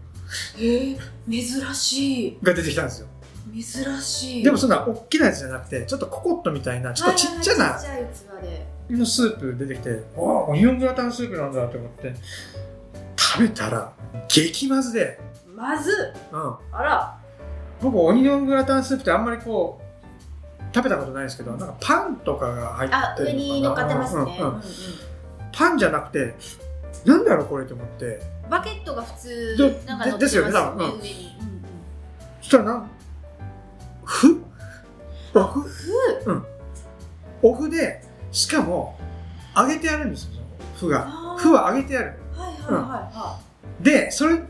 [SPEAKER 4] いえー珍しい
[SPEAKER 3] が出てきたんですよ。
[SPEAKER 4] 珍珍しい
[SPEAKER 3] でもそんな大きなやつじゃなくてちょっとココットみたいなちょっとちっちゃ
[SPEAKER 4] はい
[SPEAKER 3] な
[SPEAKER 4] はいはいちっちゃい器で
[SPEAKER 3] のスープ出てきてああオニオングラタンスープなんだと思って食べたら激まずで、
[SPEAKER 4] まずっ
[SPEAKER 3] うん、
[SPEAKER 4] あら
[SPEAKER 3] 僕オニオングラタンスープってあんまりこう食べたことないですけどなんかパンとかが入ってる
[SPEAKER 4] あ上に乗
[SPEAKER 3] の
[SPEAKER 4] っ
[SPEAKER 3] か
[SPEAKER 4] か
[SPEAKER 3] な
[SPEAKER 4] ってますね、
[SPEAKER 3] うんうんうん
[SPEAKER 4] うん
[SPEAKER 3] パンじゃなくてなんだろうこれと思って
[SPEAKER 4] うんバケットが普通
[SPEAKER 3] で
[SPEAKER 4] なんか乗ってます
[SPEAKER 3] ですよね多
[SPEAKER 4] 上
[SPEAKER 3] 分うん
[SPEAKER 4] に、うんうん
[SPEAKER 3] そしたらなんふおふうんおふでしかも揚げてあるんですよふが
[SPEAKER 4] あー
[SPEAKER 3] ふは揚げてある
[SPEAKER 4] はいはいはいは
[SPEAKER 3] でそれ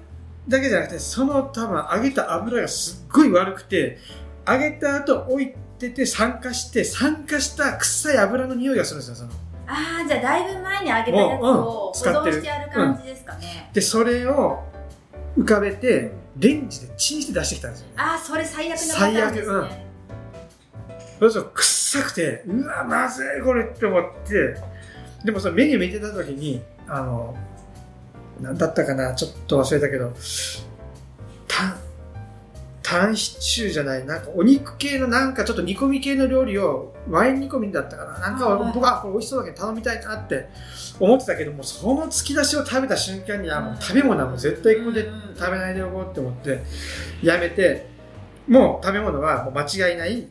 [SPEAKER 3] だけじゃなくてその多分揚げた油がすっごい悪くて揚げた後置いてて酸化して酸化した臭い油の匂いがするんですよその
[SPEAKER 4] い、ああーじゃあだいぶ前に揚げたやつを保
[SPEAKER 3] もううん使って
[SPEAKER 4] 存
[SPEAKER 3] る
[SPEAKER 4] してある感じですかね、
[SPEAKER 3] でそれを浮かべてレンジでチンして出してきたんですよね
[SPEAKER 4] ああそれ最悪なパターンですね、
[SPEAKER 3] 最悪そうすると臭くてうわまずいこれって思ってでもそのメニュー見てた時にあの何だったかなちょっと忘れたけどタンタンシチューじゃないなんかお肉系のなんかちょっと煮込み系の料理をワイン煮込みだったかななんか
[SPEAKER 4] はい
[SPEAKER 3] 僕はこれ美味しそうだけど頼みたいなって思ってたけどもその突き出しを食べた瞬間にあもう食べ物はもう絶対ここで食べないでおこうって思ってやめてもう食べ物はもう間違いない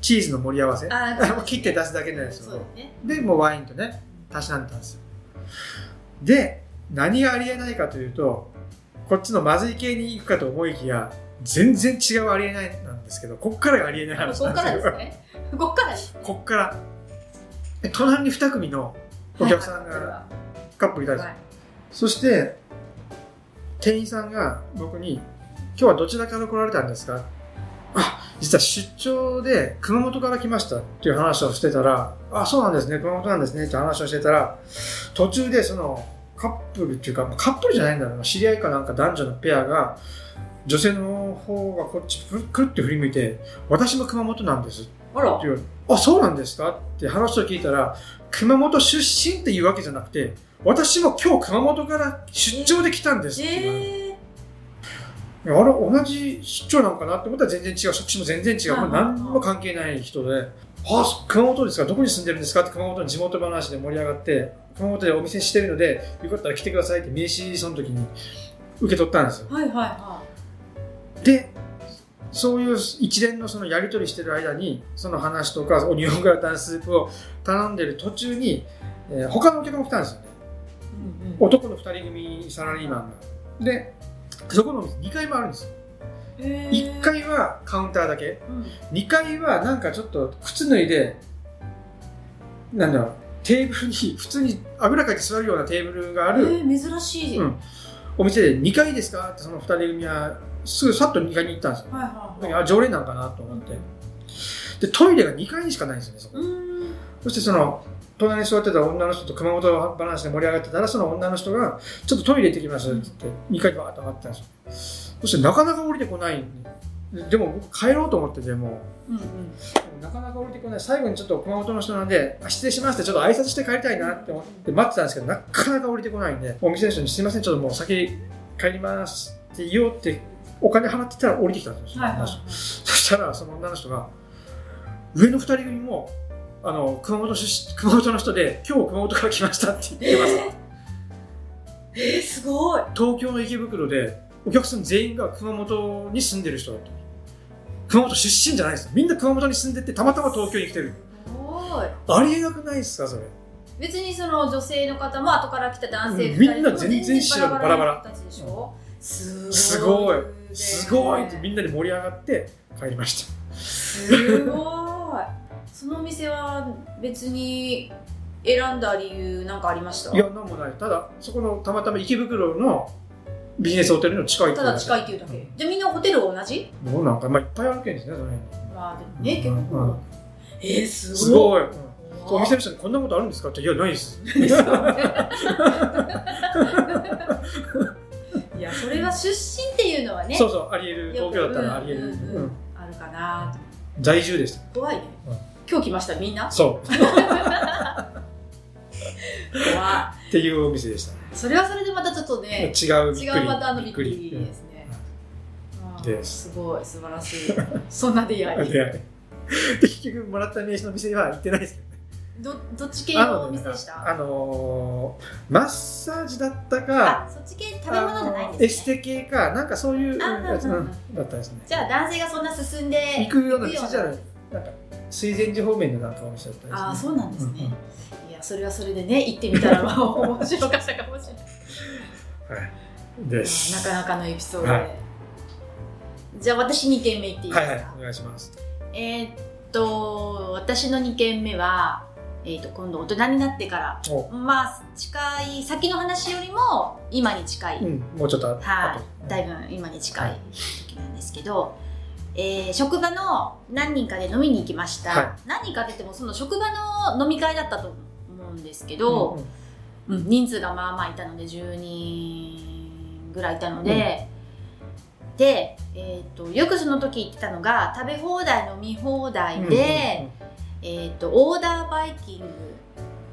[SPEAKER 3] チーズの盛り合わせ
[SPEAKER 4] あ
[SPEAKER 3] *laughs* もう切って出すだけなんですよ
[SPEAKER 4] そうですね
[SPEAKER 3] でもうワインとね足しなんだんですよで何がありえないかというとこっちのまずい系に行くかと思いきや全然違うありえないなんですけどこっからがありえない
[SPEAKER 4] こ
[SPEAKER 3] 話
[SPEAKER 4] こ
[SPEAKER 3] な
[SPEAKER 4] っ
[SPEAKER 3] んで
[SPEAKER 4] から
[SPEAKER 3] すよ
[SPEAKER 4] ですねこっからですね
[SPEAKER 3] こっからえ隣に2組のお客さん
[SPEAKER 4] はい
[SPEAKER 3] がカップルいたんですよ
[SPEAKER 4] はい
[SPEAKER 3] そして店員さんが僕に「今日はどちらから来られたんですか?」あ実は出張で熊本から来ましたっていう話をしてたら「あそうなんですね熊本なんですね」って話をしてたら途中でそのカップルっていうかカップルじゃないんだろうな知り合いかなんか男女のペアが女性の方がこっちふくるって振り向いて「私も熊本なんです」
[SPEAKER 4] あら
[SPEAKER 3] っていうあそうなんですかって話を聞いたら熊本出身っていうわけじゃなくて私も今日熊本から出張で来たんですっていう、
[SPEAKER 4] ええ
[SPEAKER 3] あれ同じ出張なのかなって思ったら全然違う職種も全然違う、
[SPEAKER 4] はいはいはい
[SPEAKER 3] 何も関係ない人で「あそ熊本ですかどこに住んでるんですか?」って熊本の地元話で盛り上がって熊本でお店してるのでよかったら来てくださいって名刺その時に受け取ったんですよ
[SPEAKER 4] はいはいはい
[SPEAKER 3] でそういう一連のそのやり取りしてる間にその話とかオニオングラタンスープを頼んでる途中に、えー他のお客も来たんですよね
[SPEAKER 4] うんうん
[SPEAKER 3] 男の2人組サラリーマンがでそこのお店2階もあるんですよ
[SPEAKER 4] へー
[SPEAKER 3] 1階はカウンターだけ
[SPEAKER 4] うん
[SPEAKER 3] 2階はなんかちょっと靴脱いでなんだろうテーブルに普通にあぐらかいて座るようなテーブルがあ
[SPEAKER 4] え
[SPEAKER 3] る、
[SPEAKER 4] ー珍しい、
[SPEAKER 3] うん
[SPEAKER 4] はい
[SPEAKER 3] お店で2階ですかってその2人組はすぐさっと2階に行ったんですよ
[SPEAKER 4] はいはい
[SPEAKER 3] あ常連なんかなと思ってでトイレが2階にしかないんですよねそこ
[SPEAKER 4] うーん
[SPEAKER 3] そしてその隣に座ってた女の人と熊本話で盛り上がってたらその女の人が「ちょっとトイレ行ってきます」って言って2階にバーッと上がったんですよそしてなかなか降りてこないんでででも僕帰ろうと思ってても
[SPEAKER 4] うんうん
[SPEAKER 3] うなかなか降りてこない最後にちょっと熊本の人なんで「あ失礼します」ってちょっと挨拶して帰りたいなって思って待ってたんですけどなかなか降りてこないんでお店の人に「すいませんちょっともう先帰ります」って言おうってお金払ってたら降りてきたんですよ、
[SPEAKER 4] はいはいはい
[SPEAKER 3] そしたらその女の人が上の2人組もあの熊本出身熊本の人で今日熊本から来ましたって言ってます
[SPEAKER 4] えー、すごい
[SPEAKER 3] 東京の池袋でお客さん全員が熊本に住んでる人だった熊本出身じゃないですみんな熊本に住んでてたまたま東京に来てる
[SPEAKER 4] すごい
[SPEAKER 3] ありえなくないですかそれ
[SPEAKER 4] 別にその女性の方も後から来た男性
[SPEAKER 3] うん
[SPEAKER 4] 二人
[SPEAKER 3] みんな全然知らない
[SPEAKER 4] バラバ
[SPEAKER 3] バ
[SPEAKER 4] ラ
[SPEAKER 3] ラ
[SPEAKER 4] の人たちでしょすごい
[SPEAKER 3] すごいすごいってみ
[SPEAKER 4] なん
[SPEAKER 3] なで盛り上がって帰りました
[SPEAKER 4] すごいそのお店は別に選んだ理由なんかありました
[SPEAKER 3] いやなんもないただそこのたまたま池袋のビジネスホテルの近いって
[SPEAKER 4] た
[SPEAKER 3] いう
[SPEAKER 4] だ近いっていうだけじゃあみんなホテルは同じ
[SPEAKER 3] もうなんか、まあ、いっぱいあるけんですねその辺
[SPEAKER 4] まあでもね結
[SPEAKER 3] うん
[SPEAKER 4] 構、
[SPEAKER 3] うん
[SPEAKER 4] えー、すごい
[SPEAKER 3] すごい、お
[SPEAKER 4] わ
[SPEAKER 3] 店の人にこんなことあるんですかっていやないです
[SPEAKER 4] *laughs* いやそれは出身っていうのはね
[SPEAKER 3] そうそうありえる
[SPEAKER 4] よく
[SPEAKER 3] 東京だったらありえる、
[SPEAKER 4] うんうん
[SPEAKER 3] う
[SPEAKER 4] うん
[SPEAKER 3] ん
[SPEAKER 4] あるかなと
[SPEAKER 3] 在住でし
[SPEAKER 4] 怖いね、
[SPEAKER 3] うん
[SPEAKER 4] 今日来ましたみんな
[SPEAKER 3] たそう
[SPEAKER 4] 怖い
[SPEAKER 3] っていうお店でした、
[SPEAKER 4] それはそれでまたちょっとね
[SPEAKER 3] 違うびっ
[SPEAKER 4] 違
[SPEAKER 3] くり
[SPEAKER 4] うパターンのびっくり
[SPEAKER 3] うん
[SPEAKER 4] ですね、あ
[SPEAKER 3] です
[SPEAKER 4] すごい素晴らしい *laughs* そんな出会い
[SPEAKER 3] 出会いで結局もらった名刺の店は行ってないですけどね
[SPEAKER 4] どどっち系のお店でし
[SPEAKER 3] あ
[SPEAKER 4] た
[SPEAKER 3] のーマッサージだったか
[SPEAKER 4] あそっち系食べ物じゃないんですね
[SPEAKER 3] エステ系かなんかそういう
[SPEAKER 4] あ
[SPEAKER 3] やつ
[SPEAKER 4] うん
[SPEAKER 3] な
[SPEAKER 4] うん
[SPEAKER 3] ん
[SPEAKER 4] うん
[SPEAKER 3] だったんですね
[SPEAKER 4] じゃあ男性がそんな進んで
[SPEAKER 3] 行くような
[SPEAKER 4] 行
[SPEAKER 3] 店じゃないなんか水前寺方面のなんかお店だったんですね
[SPEAKER 4] ああそうなんですね、いやそれはそれでね行ってみたらまあ面白かったかもしれない
[SPEAKER 3] うんです
[SPEAKER 4] なかなかのエピソードで、
[SPEAKER 3] はい
[SPEAKER 4] じゃあ私2件目いっていいですか、
[SPEAKER 3] はいはいお願いします
[SPEAKER 4] えーっと私の2件目は、えーっと今度大人になってか
[SPEAKER 3] お
[SPEAKER 4] らまあ近い先の話よりも今に近い、
[SPEAKER 3] うんもうちょっとあ
[SPEAKER 4] は
[SPEAKER 3] あと
[SPEAKER 4] い、だいぶ今に近い時なんですけど、えー職場の何人かで飲みに行きました、
[SPEAKER 3] は
[SPEAKER 4] 何人かって言ってもその職場の飲み会だったと思うんですけど、
[SPEAKER 3] うんうん
[SPEAKER 4] うん人数がまあまあいたので10人ぐらいいたので、で、えー、とよくその時言ってたのが食べ放題飲み放題で、えー、とオーダーバイキング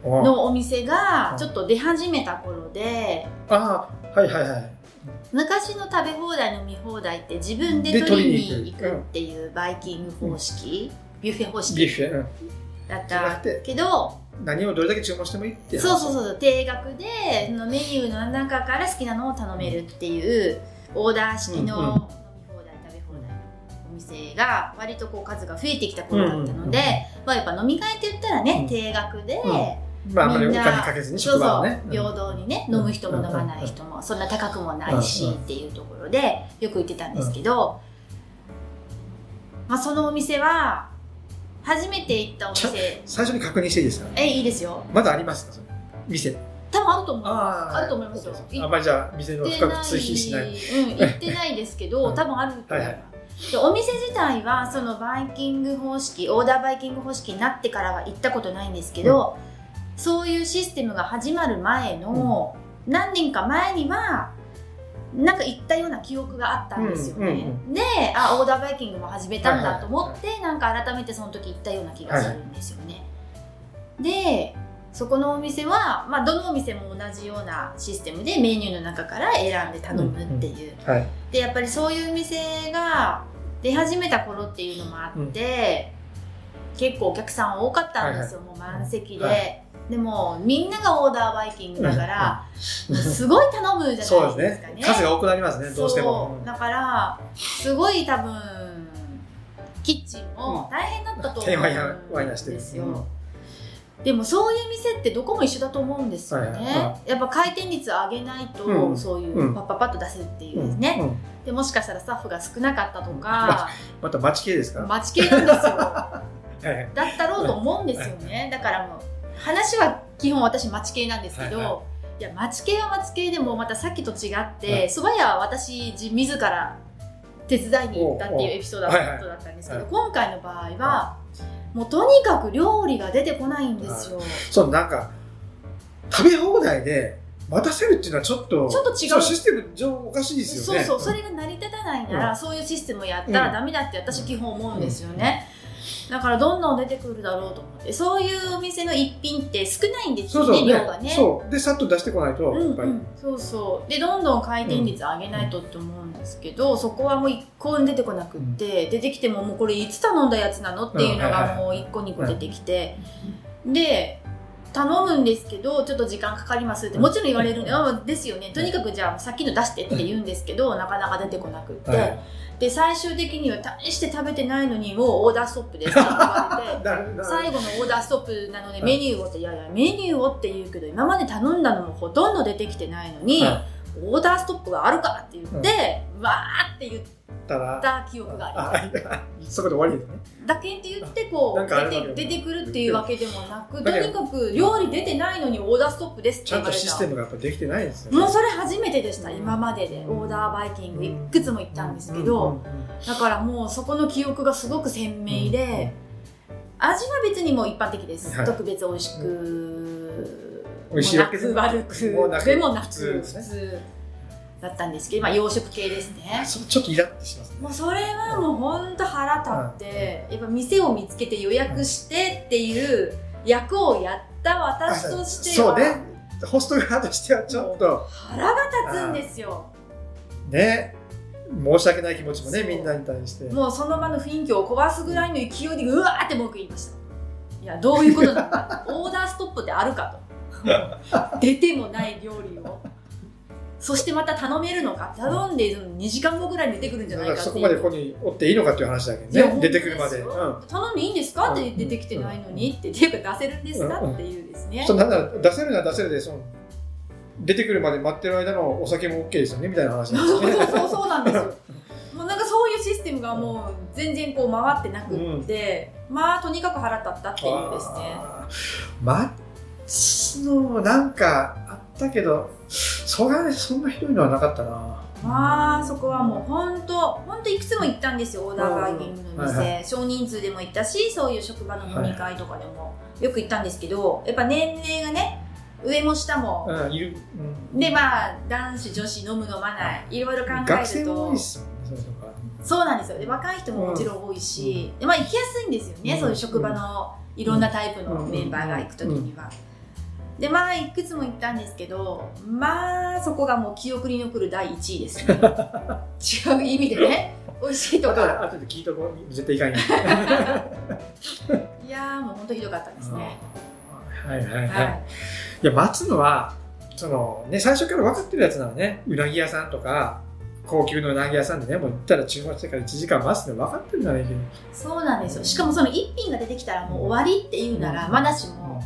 [SPEAKER 3] うんうんうん
[SPEAKER 4] のお店が
[SPEAKER 3] うん
[SPEAKER 4] ちょっと出始めた頃で
[SPEAKER 3] ああはいはいはい
[SPEAKER 4] 昔の食べ放題飲み放題って自分で
[SPEAKER 3] で
[SPEAKER 4] 取り
[SPEAKER 3] 取り
[SPEAKER 4] に
[SPEAKER 3] に
[SPEAKER 4] 行
[SPEAKER 3] 行
[SPEAKER 4] く
[SPEAKER 3] く
[SPEAKER 4] っていうバイキング方式、ビュッフェ方
[SPEAKER 3] ビュッ
[SPEAKER 4] 式
[SPEAKER 3] フェうん
[SPEAKER 4] だっ
[SPEAKER 3] じゃな
[SPEAKER 4] た
[SPEAKER 3] くて
[SPEAKER 4] けど
[SPEAKER 3] 何をどれだけ注文してもいいって
[SPEAKER 4] そうそう
[SPEAKER 3] う
[SPEAKER 4] そう定額でそのメニューの中から好きなのを頼めるっていうオーダー式の飲み
[SPEAKER 3] うんうん
[SPEAKER 4] 放題食べ放題のお店が割とこう数が増えてきた頃だったので、
[SPEAKER 3] うんうん
[SPEAKER 4] まあ、やっぱ飲み会って言ったらね、
[SPEAKER 3] うん
[SPEAKER 4] 定額で、
[SPEAKER 3] まああんまりお
[SPEAKER 4] みんな
[SPEAKER 3] 金かけずに
[SPEAKER 4] そう
[SPEAKER 3] 職場
[SPEAKER 4] そ
[SPEAKER 3] は
[SPEAKER 4] う
[SPEAKER 3] ねうん
[SPEAKER 4] 平等にね、
[SPEAKER 3] うん
[SPEAKER 4] 飲む人も飲まない人も、そんな高くもないし、
[SPEAKER 3] うんうん
[SPEAKER 4] っていうところでよく言ってたんですけど、まあ、そのお店は初めて行ったお店
[SPEAKER 3] 最初に確認していいですか
[SPEAKER 4] えいいですよ
[SPEAKER 3] まだありますかそれ店
[SPEAKER 4] 多分あると思いま
[SPEAKER 3] あ
[SPEAKER 4] すあると思いますよ
[SPEAKER 3] あまりじゃあ店の
[SPEAKER 4] 行って
[SPEAKER 3] 深
[SPEAKER 4] な
[SPEAKER 3] く追
[SPEAKER 4] い
[SPEAKER 3] 避しない
[SPEAKER 4] うん、行ってないですけど、
[SPEAKER 3] うん
[SPEAKER 4] 多分あると思います、
[SPEAKER 3] *laughs* はいは
[SPEAKER 4] でお店自体はそのバイキング方式オーダーバイキング方式になってからは行ったことないんですけど、そういうシステムが始まる前の、何年か前にはなんか行ったような記憶があったんですよね、
[SPEAKER 3] うんうん
[SPEAKER 4] であオーダーバイキングも始めたんだと思って、
[SPEAKER 3] は
[SPEAKER 4] なんか改めてその時行ったような気がするんですよね、でそこのお店は、まあ、どのお店も同じようなシステムでメニューの中から選んで頼むっていう、 *laughs*
[SPEAKER 3] はい
[SPEAKER 4] でやっぱりそういう店が出始めた頃っていうのもあって、結構お客さん多かったんですよ、もう満席で、
[SPEAKER 3] は
[SPEAKER 4] でもみんながオーダーバイキングだから、すごい頼むじゃ
[SPEAKER 3] そう
[SPEAKER 4] ない
[SPEAKER 3] で
[SPEAKER 4] です
[SPEAKER 3] す
[SPEAKER 4] かね
[SPEAKER 3] ね数が多くなりますねどうしても
[SPEAKER 4] そうだからすごい多分キッチンも大変だったと
[SPEAKER 3] 手前や
[SPEAKER 4] 思
[SPEAKER 3] ワ
[SPEAKER 4] う
[SPEAKER 3] イ
[SPEAKER 4] ん
[SPEAKER 3] ナしてる
[SPEAKER 4] ですよ、でもそういう店ってどこも一緒だと思うんですよね、
[SPEAKER 3] はいは
[SPEAKER 4] やっぱ回転率を上げないと、
[SPEAKER 3] うん
[SPEAKER 4] そういううんパッパッパッと出せるっていううんですね、
[SPEAKER 3] うん
[SPEAKER 4] でもしかしたらスタッフが少なかったとか、
[SPEAKER 3] また町系ですかは
[SPEAKER 4] 待ち系なんです
[SPEAKER 3] *laughs*
[SPEAKER 4] よだ
[SPEAKER 3] いはい
[SPEAKER 4] ったろうと思うんですよねだからもう話は基本私待ち系なんですけど、
[SPEAKER 3] はい
[SPEAKER 4] いや待ち系は待ち系でもまたさっきと違って、
[SPEAKER 3] はい
[SPEAKER 4] 蕎麦屋は私自自ら手伝いに行ったっていうエピソード
[SPEAKER 3] おうおうはいはい
[SPEAKER 4] だったんですけど、
[SPEAKER 3] は
[SPEAKER 4] 今回の場合は、もうとにかく料理が出てこないんですよ、
[SPEAKER 3] そうなんか食べ放題で待たせるっていうのはちょっと
[SPEAKER 4] ちょっと違う
[SPEAKER 3] そうシステム上おかしいですよ
[SPEAKER 4] そう
[SPEAKER 3] ね
[SPEAKER 4] そうそれが成り立たないなら、
[SPEAKER 3] うん
[SPEAKER 4] そういうシステムをやったらダメだって私基本思うんですよね、だからどんどん出てくるだろうと思ってそういうお店の一品って少ないんです
[SPEAKER 3] そう
[SPEAKER 4] よ
[SPEAKER 3] そ
[SPEAKER 4] ね
[SPEAKER 3] う
[SPEAKER 4] 量がね
[SPEAKER 3] ねそうでさっと出してこないと
[SPEAKER 4] うん
[SPEAKER 3] やっぱ
[SPEAKER 4] う
[SPEAKER 3] り
[SPEAKER 4] ん、そうそうでどんどん回転率上げないとって思うんですけど、そこはもう一向に出てこなくって、出てきてももうこれいつ頼んだやつなのっていうの
[SPEAKER 3] うんはい
[SPEAKER 4] が
[SPEAKER 3] はい
[SPEAKER 4] もう一個二個出てきて、で頼むんですけどちょっと時間かかりますってもちろん言われるんで、あですよねとにかくじゃあさっきの出してって言うんですけどなかなか出てこなくって、
[SPEAKER 3] はい
[SPEAKER 4] で最終的には大して食べてないのにもうオーダーストップですって言われて。
[SPEAKER 3] なるなる
[SPEAKER 4] 最後のオーダーストップなので
[SPEAKER 3] はい
[SPEAKER 4] メニューをっていやいやメニューをって言うけど今まで頼んだのもほとんど出てきてないのに、
[SPEAKER 3] は
[SPEAKER 4] オーダーストップがあるかって言って、わーって言った
[SPEAKER 3] ら
[SPEAKER 4] た記憶があります
[SPEAKER 3] ああそこで終わりですね
[SPEAKER 4] だけって言ってこ
[SPEAKER 3] なん
[SPEAKER 4] う
[SPEAKER 3] かあるわ
[SPEAKER 4] 出
[SPEAKER 3] け
[SPEAKER 4] て出てくるっていうわけでもなくと
[SPEAKER 3] だけど
[SPEAKER 4] にかく料理出てないのにオーダーストップですって
[SPEAKER 3] ちゃ
[SPEAKER 4] 言
[SPEAKER 3] ん
[SPEAKER 4] わ
[SPEAKER 3] と
[SPEAKER 4] れ
[SPEAKER 3] システ
[SPEAKER 4] た
[SPEAKER 3] ムがやっぱできてないですよね
[SPEAKER 4] もうそれ初めてでした今までで
[SPEAKER 3] うん
[SPEAKER 4] オーダーバイキングいくつも行ったんですけど、
[SPEAKER 3] うんうんうん
[SPEAKER 4] だからもうそこの記憶がすごく鮮明で、味は別にもう一般的です、
[SPEAKER 3] はい
[SPEAKER 4] 特別美味しく、
[SPEAKER 3] 美味しいわけ
[SPEAKER 4] もうなく悪く
[SPEAKER 3] もうなく
[SPEAKER 4] でもなく
[SPEAKER 3] 普
[SPEAKER 4] 普
[SPEAKER 3] 通
[SPEAKER 4] 通,、
[SPEAKER 3] ですね
[SPEAKER 4] だったんですけど、まあ、洋食系ですね
[SPEAKER 3] それちょっとイラッとしますね
[SPEAKER 4] もうそれはもうほんと腹立って、やっぱ店を見つけて予約してっていう役をやった私として
[SPEAKER 3] そう
[SPEAKER 4] は
[SPEAKER 3] ねホスト側としてはちょっと
[SPEAKER 4] 腹が立つんですよ
[SPEAKER 3] ね申し訳ない気持ちもねみんなに対して
[SPEAKER 4] もうその場の雰囲気を壊すぐらいの勢いでうわーって文句言いましたいやどういうことなんだオーダーストップってあるか
[SPEAKER 3] *laughs*
[SPEAKER 4] と出てもない料理をそしてまた頼めるのか頼んで2時間後ぐらいに出てくるんじゃ
[SPEAKER 3] だ
[SPEAKER 4] な
[SPEAKER 3] か
[SPEAKER 4] いからっていう
[SPEAKER 3] そこまでここにおっていいのかっていう話だけ
[SPEAKER 4] いや
[SPEAKER 3] ど
[SPEAKER 4] 本
[SPEAKER 3] ね
[SPEAKER 4] 当
[SPEAKER 3] 出てくるまで、
[SPEAKER 4] す
[SPEAKER 3] う
[SPEAKER 4] よ
[SPEAKER 3] ん、
[SPEAKER 4] 頼んでいいんですかって出てきてないのにってっていうか出せるんですか
[SPEAKER 3] うん
[SPEAKER 4] っていうですね
[SPEAKER 3] そうなんなら出せるなら出せるでその出てくるまで待ってる間のお酒も OK ですよねみたいな話なんです
[SPEAKER 4] そう
[SPEAKER 3] よね
[SPEAKER 4] そうそうそうなんですよ。もうなんかそういうシステムがもう全然こう回ってなくって、まあとにかく腹立ったっていうですね。
[SPEAKER 3] あーマッチのなんかあったけどそがねそんなひどいのはなかったな
[SPEAKER 4] まあそこはもう本当本当いくつも行ったんですよオーダーバイキングの
[SPEAKER 3] うん
[SPEAKER 4] 店、
[SPEAKER 3] はい
[SPEAKER 4] 少人数でも行ったしそういう職場の飲み会とかでもよく行ったんですけどやっぱ年齢がね上も下も、
[SPEAKER 3] うんいる、うん、
[SPEAKER 4] でまあ男子女子飲む飲まないいろいろ考
[SPEAKER 3] 学
[SPEAKER 4] え
[SPEAKER 3] 生
[SPEAKER 4] る
[SPEAKER 3] も多い
[SPEAKER 4] と
[SPEAKER 3] っすもんねそういうとこは
[SPEAKER 4] そうなんですよで若い人ももちろん多いし、でまあ、行きやすいんですよね、
[SPEAKER 3] うん
[SPEAKER 4] そういう職場のいろんなタイプのメンバーが行く時には。でまあいくつも行ったんですけどまあそこがもう記憶に残る第1位ですね違う意味でね美味しいと
[SPEAKER 3] あと
[SPEAKER 4] か
[SPEAKER 3] あとで聞いとこう絶対いかんよ
[SPEAKER 4] いやーもう本当ひどかったですね、
[SPEAKER 3] はいはいは、
[SPEAKER 4] はい
[SPEAKER 3] い、
[SPEAKER 4] い、
[SPEAKER 3] や待つのはそのね最初から分かってるやつならねうなぎ屋さんとか高級のうなぎ屋さんでねもう行ったら注文してから1時間待つの分かってるならいいけど
[SPEAKER 4] そうなんですよしかもその1品が出てきたらもう終わりっていうならまだしも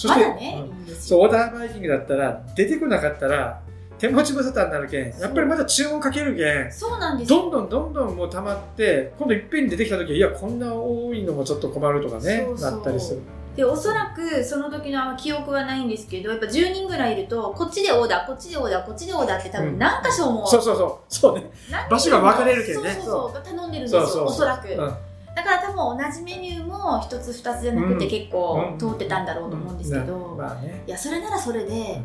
[SPEAKER 3] そ
[SPEAKER 4] ま
[SPEAKER 3] して
[SPEAKER 4] だね、
[SPEAKER 3] うん
[SPEAKER 4] いいんです
[SPEAKER 3] そう
[SPEAKER 4] よ
[SPEAKER 3] オーダーバイキングだったら出てこなかったら手持ち無沙汰になるけんやっぱりまだ注文かけるけ
[SPEAKER 4] そうなんで
[SPEAKER 3] ん
[SPEAKER 4] すよ
[SPEAKER 3] どんどんどんどんもう溜まって今度いっぺんに出てきた時はいやこんな多いのもちょっと困るとかね
[SPEAKER 4] そうそう
[SPEAKER 3] なったりする
[SPEAKER 4] でおそらくその時のあんま記憶はないんですけどやっぱ10人ぐらいいるとこっちでオーダーこっちでオーダーこっちでオーダーって多
[SPEAKER 3] うん
[SPEAKER 4] 分何箇所も、
[SPEAKER 3] そうそうそうそうね
[SPEAKER 4] 何
[SPEAKER 3] 場所が分かれるけどね
[SPEAKER 4] そうそうそう頼んでるんです
[SPEAKER 3] そ
[SPEAKER 4] よ
[SPEAKER 3] うそう
[SPEAKER 4] おそらく、
[SPEAKER 3] うん
[SPEAKER 4] だから多分同じメニューも一つ二つじゃなくて
[SPEAKER 3] うん
[SPEAKER 4] 結構
[SPEAKER 3] うん
[SPEAKER 4] 通ってたんだろうと思うんですけど、
[SPEAKER 3] まあね
[SPEAKER 4] いやそれならそれで、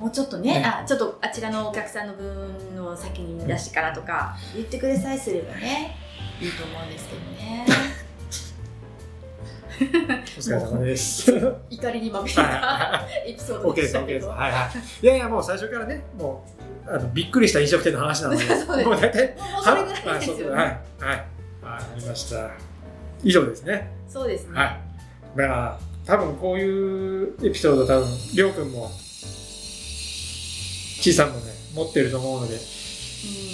[SPEAKER 4] もうちょっとね
[SPEAKER 3] ね
[SPEAKER 4] あちょっとあちらのお客さんの分の先に出してからとか言ってくれさえすればねいいと思うんですけど
[SPEAKER 3] *laughs*
[SPEAKER 4] ね
[SPEAKER 3] お疲れ様
[SPEAKER 4] *laughs*
[SPEAKER 3] です
[SPEAKER 4] 怒りにまみれた
[SPEAKER 3] は
[SPEAKER 4] エピソー
[SPEAKER 3] い
[SPEAKER 4] ド
[SPEAKER 3] OK
[SPEAKER 4] で
[SPEAKER 3] で
[SPEAKER 4] し
[SPEAKER 3] す
[SPEAKER 4] た
[SPEAKER 3] OK
[SPEAKER 4] け
[SPEAKER 3] です
[SPEAKER 4] ど
[SPEAKER 3] はいはいいやいやもう最初からねもうあのびっくりした飲食店の話なので
[SPEAKER 4] そうです
[SPEAKER 3] もう大
[SPEAKER 4] も
[SPEAKER 3] 体
[SPEAKER 4] うそれぐらいですよ
[SPEAKER 3] は
[SPEAKER 4] ね。
[SPEAKER 3] いはいはいありました以上ですね
[SPEAKER 4] そうですね。
[SPEAKER 3] はいだから多分こういうエピソード多分りょうくんもちいさんもね持ってると思うので、
[SPEAKER 4] うん
[SPEAKER 3] 二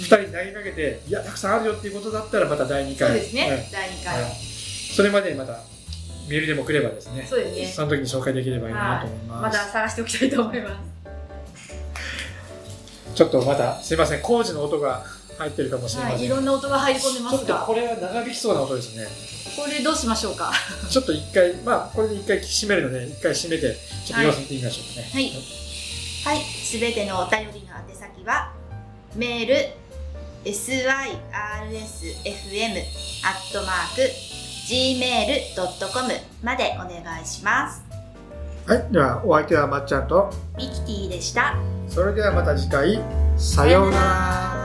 [SPEAKER 3] 人に投げかけていやたくさんあるよっていうことだったらまた第2回
[SPEAKER 4] そうです
[SPEAKER 3] は
[SPEAKER 4] ね
[SPEAKER 3] い。
[SPEAKER 4] 第二
[SPEAKER 3] はい
[SPEAKER 4] 回。
[SPEAKER 3] それまでまたメールでも来ればですね
[SPEAKER 4] そうですね。
[SPEAKER 3] その時に紹介できればいいなと思います、
[SPEAKER 4] まだ探しておきたいと思います。
[SPEAKER 3] ちょっとまたすいません工事の音が入ってるかもしれません、
[SPEAKER 4] はい、いろんな音が入り込んでま
[SPEAKER 3] ちょっ
[SPEAKER 4] す
[SPEAKER 3] と
[SPEAKER 4] が、
[SPEAKER 3] こ
[SPEAKER 4] こ
[SPEAKER 3] れは長引きそうな音ですね
[SPEAKER 4] れどうしましょうか。
[SPEAKER 3] ちょっと一回まあこれで一回閉めるので一回閉めてちょっと様子見てみましょうかね、
[SPEAKER 4] はい。はい、すべてのお便りの宛先は、メール、syrsfm アットマーク、gmail.com までお願いします。
[SPEAKER 3] はい、ではお相手はまっちゃんと
[SPEAKER 4] ミキティでした。
[SPEAKER 3] それではまた次回さようなら